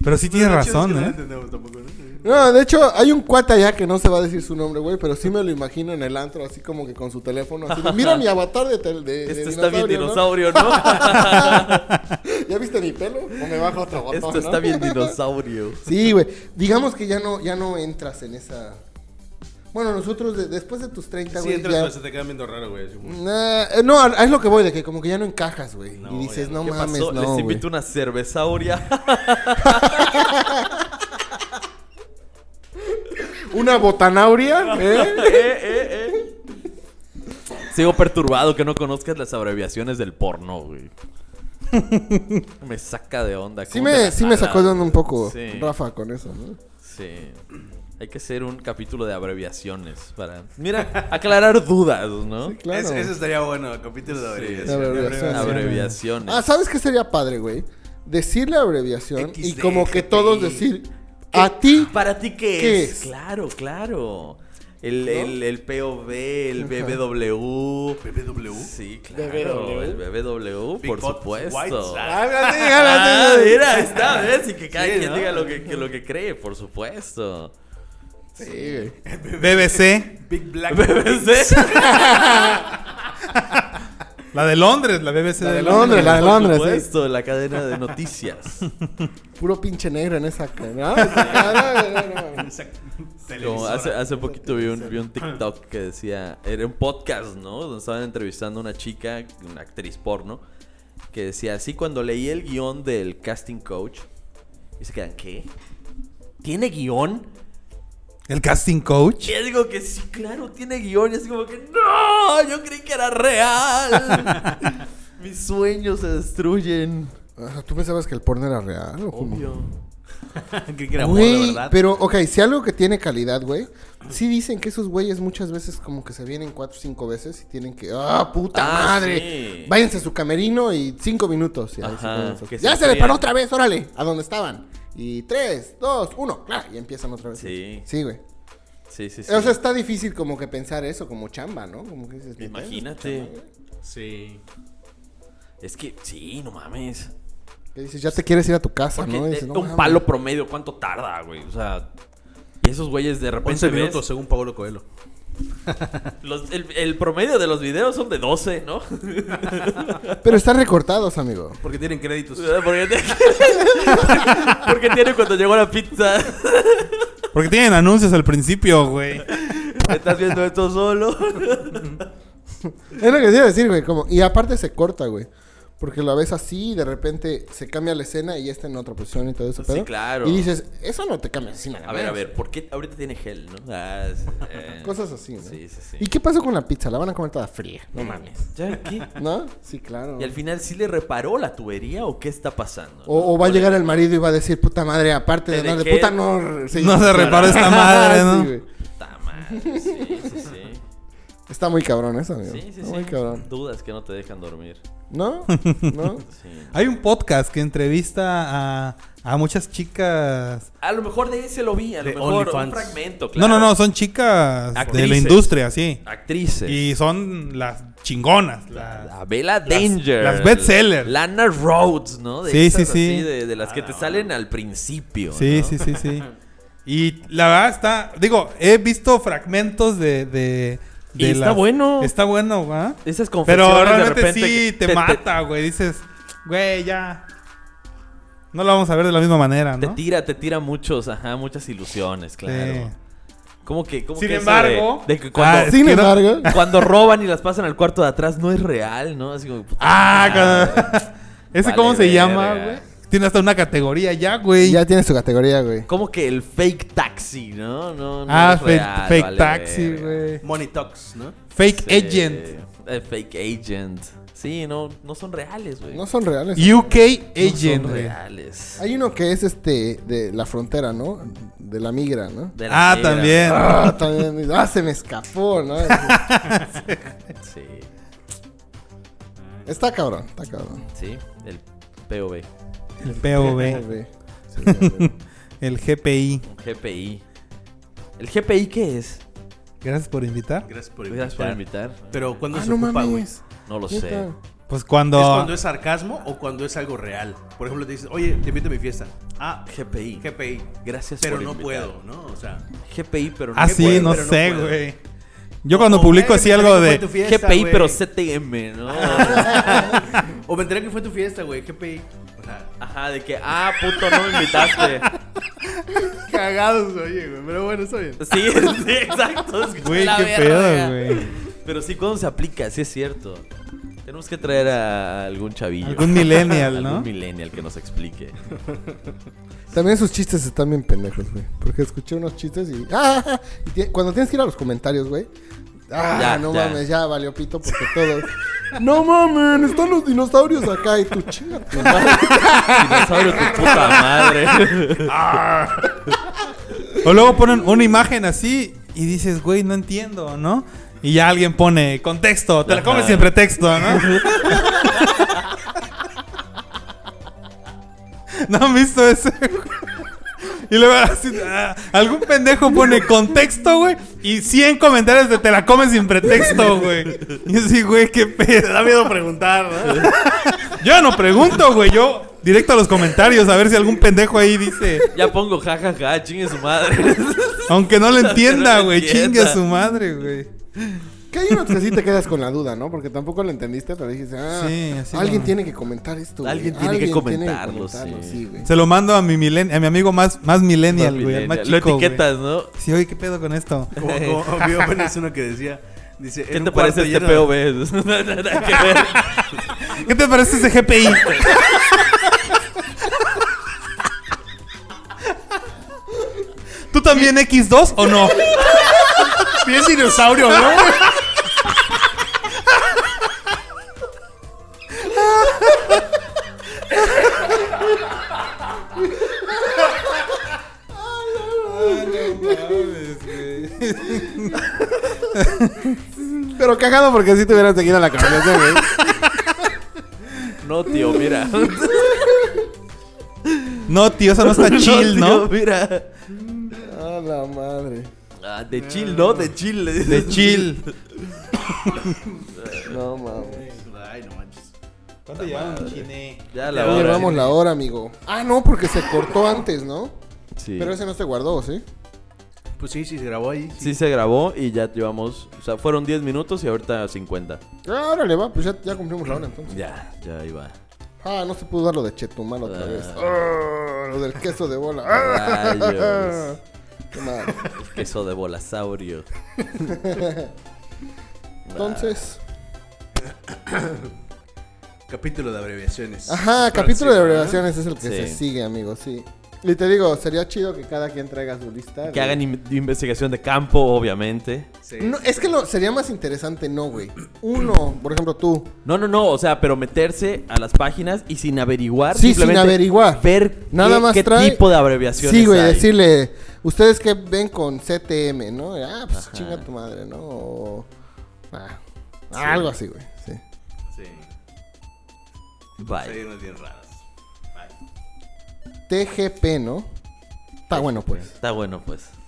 Speaker 4: Pero sí tiene
Speaker 1: Lo chido es que
Speaker 4: razón,
Speaker 1: no la
Speaker 4: ¿eh?
Speaker 1: entendemos tampoco, ¿no?
Speaker 3: No, de hecho, hay un cuate allá que no se va a decir su nombre, güey, pero sí me lo imagino en el antro, así como que con su teléfono, así de, mira mi avatar de, tel- de, de
Speaker 2: Este está bien
Speaker 3: ¿no?
Speaker 2: dinosaurio, ¿no?
Speaker 3: [laughs] ¿Ya viste mi pelo? ¿O me baja
Speaker 2: [laughs]
Speaker 3: otro botón,
Speaker 2: Esto Este
Speaker 3: no?
Speaker 2: está bien dinosaurio.
Speaker 3: Sí, güey, digamos que ya no, ya no entras en esa... Bueno, nosotros de- después de tus 30,
Speaker 1: Si
Speaker 3: güey,
Speaker 1: entras,
Speaker 3: ya...
Speaker 1: pues, se te quedan viendo raro, güey. así como-
Speaker 3: Nah, eh, no, a- es lo que voy, de que como que ya no encajas, güey.
Speaker 1: No,
Speaker 3: y dices,
Speaker 1: ya
Speaker 3: no
Speaker 1: no.
Speaker 2: ¿Qué
Speaker 3: mames,
Speaker 2: pasó?
Speaker 3: no,
Speaker 2: Les
Speaker 3: güey".
Speaker 2: invito una cervezauria. [laughs]
Speaker 3: ¿Una botanauria? ¿eh?
Speaker 2: Eh, eh, eh. Sigo perturbado que no conozcas las abreviaciones del porno,
Speaker 3: [laughs]
Speaker 2: güey. me saca de onda.
Speaker 3: Sí
Speaker 2: [laughs] ¿cómo te
Speaker 3: me,
Speaker 2: las
Speaker 3: sí me sacó de
Speaker 2: hablas?
Speaker 3: onda un poco,
Speaker 2: Sí.
Speaker 3: Rafa, con eso, ¿no?
Speaker 2: Sí. Hay que hacer un capítulo de abreviaciones para, mira, aclarar dudas, ¿no?
Speaker 3: Claro.
Speaker 1: Es- eso estaría bueno, capítulo de abreviaciones.
Speaker 3: La abreviación, sí.
Speaker 2: Abreviaciones.
Speaker 3: Ah, ¿sabes qué sería padre, güey? Decir la abreviación y
Speaker 1: XD,
Speaker 3: como que
Speaker 1: GPI.
Speaker 3: todos decir a ti.
Speaker 2: ¿Para ti qué,
Speaker 3: ¿Qué
Speaker 2: es?
Speaker 3: es?
Speaker 2: Claro, claro. El, el, el POV, el BBW.
Speaker 1: BBW.
Speaker 2: Sí, claro.
Speaker 3: BBW.
Speaker 2: El BBW,
Speaker 1: Big
Speaker 2: por
Speaker 1: Box White
Speaker 2: supuesto.
Speaker 1: Side.
Speaker 4: ¿eh?
Speaker 3: Háblate,
Speaker 2: Ah,
Speaker 3: háblate.
Speaker 2: mira, ahí está, ¿ves? Y que cada
Speaker 1: Sí,
Speaker 2: quien
Speaker 1: ¿no?
Speaker 2: diga lo que, que lo que cree, por supuesto.
Speaker 3: [laughs]
Speaker 2: [laughs]
Speaker 3: Sí, güey.
Speaker 4: BBC,
Speaker 1: Big
Speaker 2: [laughs]
Speaker 1: Black. [laughs]
Speaker 2: BBC.
Speaker 4: la de Londres, la BBC
Speaker 3: La
Speaker 4: de,
Speaker 3: de
Speaker 4: Londres.
Speaker 3: Londres, la de
Speaker 2: Por
Speaker 3: Londres, sí.
Speaker 2: supuesto, la cadena de noticias.
Speaker 3: Puro pinche negro en esa cara. ¿no? Esa cara, güey, no, no, no.
Speaker 1: Esa
Speaker 2: Como
Speaker 1: televisora.
Speaker 2: hace, hace poquito vi un, vi un [clears throat] TikTok que decía, era un podcast, ¿no? Donde estaban entrevistando a una chica, una actriz porno, que decía, así cuando leí el guión del casting coach, y se quedan, ¿qué? ¿Tiene guión?
Speaker 4: El casting coach.
Speaker 2: Y es como que sí, claro, tiene guión. Y es como que no, yo creí que era [laughs] real. Mis sueños se destruyen.
Speaker 3: Ah, ¿Tú pensabas que el porno era real? o cómo?
Speaker 2: Obvio.
Speaker 1: Creí [laughs] que era mono,
Speaker 3: Güey,
Speaker 1: ¿verdad?
Speaker 3: pero, ok, si algo que tiene calidad, güey, sí dicen que esos güeyes muchas veces como que se vienen cuatro o cinco veces y tienen que, ah, puta
Speaker 2: Ah,
Speaker 3: madre,
Speaker 2: sí.
Speaker 3: váyanse a su camerino y cinco minutos. Y ahí se
Speaker 2: Ajá,
Speaker 3: ponen sus-
Speaker 2: que se
Speaker 3: ya se le paró
Speaker 2: enfrían.
Speaker 3: otra vez, órale, a donde estaban. Y tres, dos, uno, claro, y empiezan otra vez.
Speaker 2: Sí.
Speaker 3: Sí, güey.
Speaker 2: Sí, sí, sí.
Speaker 3: O sea, está difícil como que pensar eso como chamba, ¿no? Como que dices, "Pues, "Neta,
Speaker 2: Imagínate.
Speaker 1: Sí.
Speaker 2: Es que, sí, no mames.
Speaker 3: Que dices, ya te quieres ir a tu casa,
Speaker 2: Porque
Speaker 3: ¿no? Y
Speaker 2: de-
Speaker 3: dices, "No
Speaker 2: un
Speaker 3: mames".
Speaker 2: palo promedio, ¿cuánto tarda, güey? O sea, y esos güeyes de repente.
Speaker 1: 11
Speaker 2: ves-
Speaker 1: minutos según Pablo Coelho.
Speaker 2: los- el, el promedio de los videos son de 12, ¿no? [laughs]
Speaker 3: Pero están recortados, amigo.
Speaker 1: Porque tienen
Speaker 2: [laughs]
Speaker 1: créditos.
Speaker 2: Porque, te- porque tiene cuando llegó la pizza.
Speaker 4: Porque tienen anuncios al principio, güey.
Speaker 2: [laughs] ¿Estás viendo esto solo?
Speaker 3: Es lo que quiero decir, güey. Como, y aparte se corta, güey. Porque la ves así y de repente se cambia la escena y ya está en otra posición y todo eso.
Speaker 2: Sí, claro.
Speaker 3: Y dices, eso no te cambia así nada
Speaker 2: A ver,
Speaker 3: más".
Speaker 2: a ver, ¿por qué ahorita tiene gel, no? Ah, es- eh.
Speaker 3: Cosas así, ¿no?
Speaker 2: Sí, sí, sí.
Speaker 3: ¿Y qué pasó con la pizza? La van a comer toda fría. No mames.
Speaker 2: ¿Ya qué?
Speaker 3: ¿No? Sí, claro.
Speaker 2: ¿Y al final sí le reparó la tubería o qué está pasando?
Speaker 3: O, o va a llegar el marido y va a decir, puta madre, aparte de
Speaker 2: Te
Speaker 3: andar de
Speaker 2: dejé-
Speaker 3: puta, no... sí.
Speaker 4: No se reparó esta madre,
Speaker 3: [laughs]
Speaker 4: ¿no?
Speaker 3: Sí, güey.
Speaker 2: Puta madre, sí, sí,
Speaker 3: [laughs]
Speaker 2: sí.
Speaker 3: Está muy cabrón eso, amigo.
Speaker 2: Sí, sí,
Speaker 3: Está
Speaker 2: sí.
Speaker 3: muy cabrón.
Speaker 2: Dudas que no te dejan dormir. [laughs]
Speaker 3: ¿No? ¿No?
Speaker 2: Sí.
Speaker 4: Hay un podcast que entrevista a, a muchas chicas.
Speaker 2: A lo mejor de ese lo vi, a lo
Speaker 1: De
Speaker 2: mejor un
Speaker 1: OnlyFans.
Speaker 2: fragmento,
Speaker 4: No,
Speaker 2: claro.
Speaker 4: no, no, son chicas de la
Speaker 2: Actrices.
Speaker 4: industria, sí.
Speaker 2: Actrices.
Speaker 4: Y son las chingonas. las-
Speaker 2: La Bella Danger.
Speaker 4: las bestsellers.
Speaker 2: Lana Rhodes, ¿no?
Speaker 4: Sí,
Speaker 2: esas así
Speaker 4: sí, sí.
Speaker 2: De, de las que te salen al principio.
Speaker 4: Sí,
Speaker 2: ¿no?
Speaker 4: sí, sí, sí. Y la verdad está, digo, he visto fragmentos de... de, de
Speaker 2: Y está bueno.
Speaker 4: Está bueno, ¿va?
Speaker 2: Esas confesiones
Speaker 4: Pero
Speaker 2: de
Speaker 4: realmente
Speaker 2: repente
Speaker 4: sí
Speaker 2: que
Speaker 4: te, mata, güey. Dices, güey, ya. No lo vamos a ver de la misma manera,
Speaker 2: Te
Speaker 4: ¿no?
Speaker 2: tira, te tira muchos, ajá, muchas ilusiones, claro.
Speaker 4: Sí.
Speaker 2: Como que, como
Speaker 4: Sin
Speaker 2: que eso de-
Speaker 4: embargo-
Speaker 2: de, que cuando,
Speaker 4: Ah,
Speaker 3: Sin
Speaker 4: que no-
Speaker 3: embargo...
Speaker 2: [laughs] cuando roban y las pasan al cuarto de atrás no es real, ¿no? Así como, puta
Speaker 4: Ah,
Speaker 2: madre.
Speaker 4: cuando- [laughs] ¿Ese
Speaker 2: Vale
Speaker 4: cómo se
Speaker 2: verga.
Speaker 4: llama, güey? Tiene hasta una categoría ya, güey.
Speaker 3: Ya tiene su categoría, güey.
Speaker 2: Como que el fake taxi, ¿no? no, no
Speaker 4: ah,
Speaker 2: es
Speaker 4: fake,
Speaker 2: real,
Speaker 4: fake
Speaker 2: vale
Speaker 4: taxi,
Speaker 2: verga.
Speaker 4: güey.
Speaker 1: Money Talks, ¿no?
Speaker 4: Fake
Speaker 2: Sí.
Speaker 4: agent.
Speaker 2: Eh, fake agent. Sí, no, no son reales, güey.
Speaker 3: No son reales.
Speaker 4: UK agent,
Speaker 2: son
Speaker 4: güey.
Speaker 2: reales.
Speaker 3: Hay uno que es este de la frontera, ¿no? De la migra, ¿no?
Speaker 2: De la
Speaker 4: Ah,
Speaker 2: negra.
Speaker 4: también.
Speaker 3: Ah, también. Ah, se me escapó, ¿no?
Speaker 2: Sí,
Speaker 3: Está cabrón, está cabrón.
Speaker 2: sí, el POV,
Speaker 4: El POV.
Speaker 3: Sí, güey.
Speaker 4: El GPI.
Speaker 2: un GPI. ¿El GPI qué es?
Speaker 4: Gracias por invitar.
Speaker 1: Gracias por invitar.
Speaker 2: Gracias por invitar.
Speaker 1: Pero ¿cuándo
Speaker 3: Ah,
Speaker 1: se
Speaker 3: no
Speaker 1: ocupa, güey?
Speaker 3: mames.
Speaker 1: ¿Es
Speaker 2: No lo
Speaker 3: Neta.
Speaker 2: sé.
Speaker 4: Pues cuando.
Speaker 1: cuando es sarcasmo o cuando es algo real? Por ejemplo, te dices, oye, te invito a mi fiesta. Ah,
Speaker 2: GPI.
Speaker 1: GPI.
Speaker 2: Gracias
Speaker 1: Pero
Speaker 2: por
Speaker 1: no
Speaker 2: invitar.
Speaker 1: puedo, ¿no? O sea,
Speaker 2: GPI, pero
Speaker 4: Ah,
Speaker 2: no
Speaker 4: sí,
Speaker 1: puedo,
Speaker 4: no
Speaker 1: pero no
Speaker 4: sé,
Speaker 1: puedo.
Speaker 4: güey. Yo cuando
Speaker 1: O,
Speaker 4: publico
Speaker 1: "Güey,
Speaker 4: así
Speaker 1: me
Speaker 4: algo
Speaker 1: enteré que fue
Speaker 4: de.
Speaker 1: tu fiesta,
Speaker 2: GPI, pero
Speaker 1: güey".
Speaker 2: CTM, ¿no?
Speaker 1: [laughs] O me enteré que fue tu fiesta, güey. GPI. O sea,
Speaker 2: Ajá, de que, ah, puto, no me invitaste.
Speaker 1: cagados, oye, güey. Pero bueno, está bien.
Speaker 2: Sí, sí, [laughs] exacto. es que
Speaker 4: Güey,
Speaker 2: la
Speaker 4: qué
Speaker 2: verga.
Speaker 4: pedo, güey.
Speaker 2: Pero sí, ¿cuándo se aplica? Sí, es cierto. Tenemos que traer a algún chavillo.
Speaker 4: Algún millennial,
Speaker 2: [laughs]
Speaker 4: ¿no?
Speaker 2: Algún millennial que nos explique.
Speaker 3: También sus chistes están bien pendejos, güey. Porque escuché unos chistes y. ¡Ah! Y ti- cuando tienes que ir a los comentarios, güey. ¡Ah!
Speaker 2: Ya,
Speaker 3: no
Speaker 2: ya.
Speaker 3: mames, ya valió pito porque todos. [laughs] ¡No mames! Están los dinosaurios acá y tú chingate.
Speaker 2: Dinosaurio, tu puta
Speaker 4: [laughs]
Speaker 2: madre.
Speaker 4: O luego ponen una imagen así y dices, güey, no entiendo, ¿no? Y ya alguien pone contexto, te la comes
Speaker 2: Ajá.
Speaker 4: sin pretexto, ¿no? ¿No han visto ese? güey? Y luego así, ah, algún pendejo pone contexto, güey, y 100 comentarios de te la comes sin pretexto, güey. Y así, güey, qué pedo.
Speaker 1: Da miedo preguntar, ¿no?
Speaker 4: Yo no pregunto, güey, yo directo a los comentarios a ver si algún pendejo ahí dice,
Speaker 2: ya pongo jajaja, ja, ja, chingue su madre.
Speaker 4: aunque no lo entienda,
Speaker 2: lo
Speaker 4: güey,
Speaker 2: entienda.
Speaker 4: chingue a su madre, güey.
Speaker 3: Que hay unos que sí te quedas con la duda, ¿no? Porque tampoco lo entendiste, pero dijiste, ah,
Speaker 4: Sí, así
Speaker 3: alguien
Speaker 4: como-
Speaker 3: tiene que comentar esto. güey.
Speaker 2: Alguien tiene que comentarlo, sí.
Speaker 3: güey.
Speaker 4: Se lo mando a mi milen- a mi amigo más, más millennial, güey, al más
Speaker 2: Lo
Speaker 4: chico. güey.
Speaker 2: etiquetas, ¿no?
Speaker 4: Sí, oye, ¿qué pedo con esto? [laughs]
Speaker 1: Como, como, como vi apenas uno que decía. Dice,
Speaker 2: ¿Qué te parece este POV? [laughs] Nada que ver.
Speaker 4: ¿Qué te parece ese GPI? [laughs] ¿Tú también X2 o no?
Speaker 1: Bien dinosaurio, ¿no?
Speaker 3: Pero cagado porque sí te hubieran seguido la camioneta, güey.
Speaker 2: [laughs] No, tío,
Speaker 4: [laughs]
Speaker 2: mira.
Speaker 4: No, tío, eso
Speaker 2: [laughs]
Speaker 4: no está
Speaker 2: tío,
Speaker 4: chill, ¿no?
Speaker 2: mira.
Speaker 3: A la madre.
Speaker 2: Ah, de chill, ¿no? De chill.
Speaker 4: De chill.
Speaker 3: No mames.
Speaker 1: Ay, no manches.
Speaker 4: ¿Cuánto llevamos, Chine?
Speaker 2: [laughs] Ya
Speaker 4: Ya
Speaker 2: la
Speaker 3: Ya
Speaker 2: hora.
Speaker 3: llevamos la hora, amigo. Ah, no, porque se cortó antes, ¿no?
Speaker 2: Sí.
Speaker 3: Pero ese no se guardó, ¿sí?
Speaker 1: Pues sí, sí, se grabó ahí.
Speaker 2: Sí. se grabó y ya llevamos, o sea, fueron 10 minutos y ahorita 50.
Speaker 3: Ah, órale, va, pues ya, ya cumplimos la hora entonces.
Speaker 2: Ya, ya iba.
Speaker 3: Ah, no se pudo dar lo de Chetumal otra
Speaker 2: Ah.
Speaker 3: vez. Ah, lo del queso de bola. Ah. [laughs]
Speaker 2: Rayos. [laughs]
Speaker 3: Qué madre.
Speaker 2: Queso de
Speaker 3: [laughs]
Speaker 2: bolasaurio.
Speaker 3: Entonces,
Speaker 1: Capítulo de abreviaciones.
Speaker 3: ajá,
Speaker 1: Próximo,
Speaker 3: capítulo de
Speaker 1: ¿no?
Speaker 3: abreviaciones es el que
Speaker 2: Sí.
Speaker 3: se sigue, amigos, sí. Y te digo, sería chido que cada quien traiga su lista.
Speaker 2: Que
Speaker 3: de-
Speaker 2: hagan in- investigación de campo, obviamente.
Speaker 1: Sí,
Speaker 3: No,
Speaker 1: sí,
Speaker 3: es que lo, sería más interesante, no, güey. Uno, por ejemplo, tú.
Speaker 2: No, no, no, o sea, pero meterse a las páginas y sin averiguar.
Speaker 3: Sí, sin
Speaker 2: simplemente
Speaker 3: averiguar.
Speaker 2: Ver
Speaker 3: Nada
Speaker 2: qué,
Speaker 3: más
Speaker 2: qué
Speaker 3: trae-
Speaker 2: tipo de abreviaciones.
Speaker 3: Sí, güey,
Speaker 2: hay.
Speaker 3: decirle, ustedes que ven con CTM, ¿no? Ah, pues chinga tu madre, ¿no? O- ah, Algo así, güey. Sí.
Speaker 1: Sí. Hay
Speaker 2: Bye.
Speaker 1: unas bien raras. Bye.
Speaker 3: TGP, ¿no? Está bueno, pues.
Speaker 2: Está bueno, pues.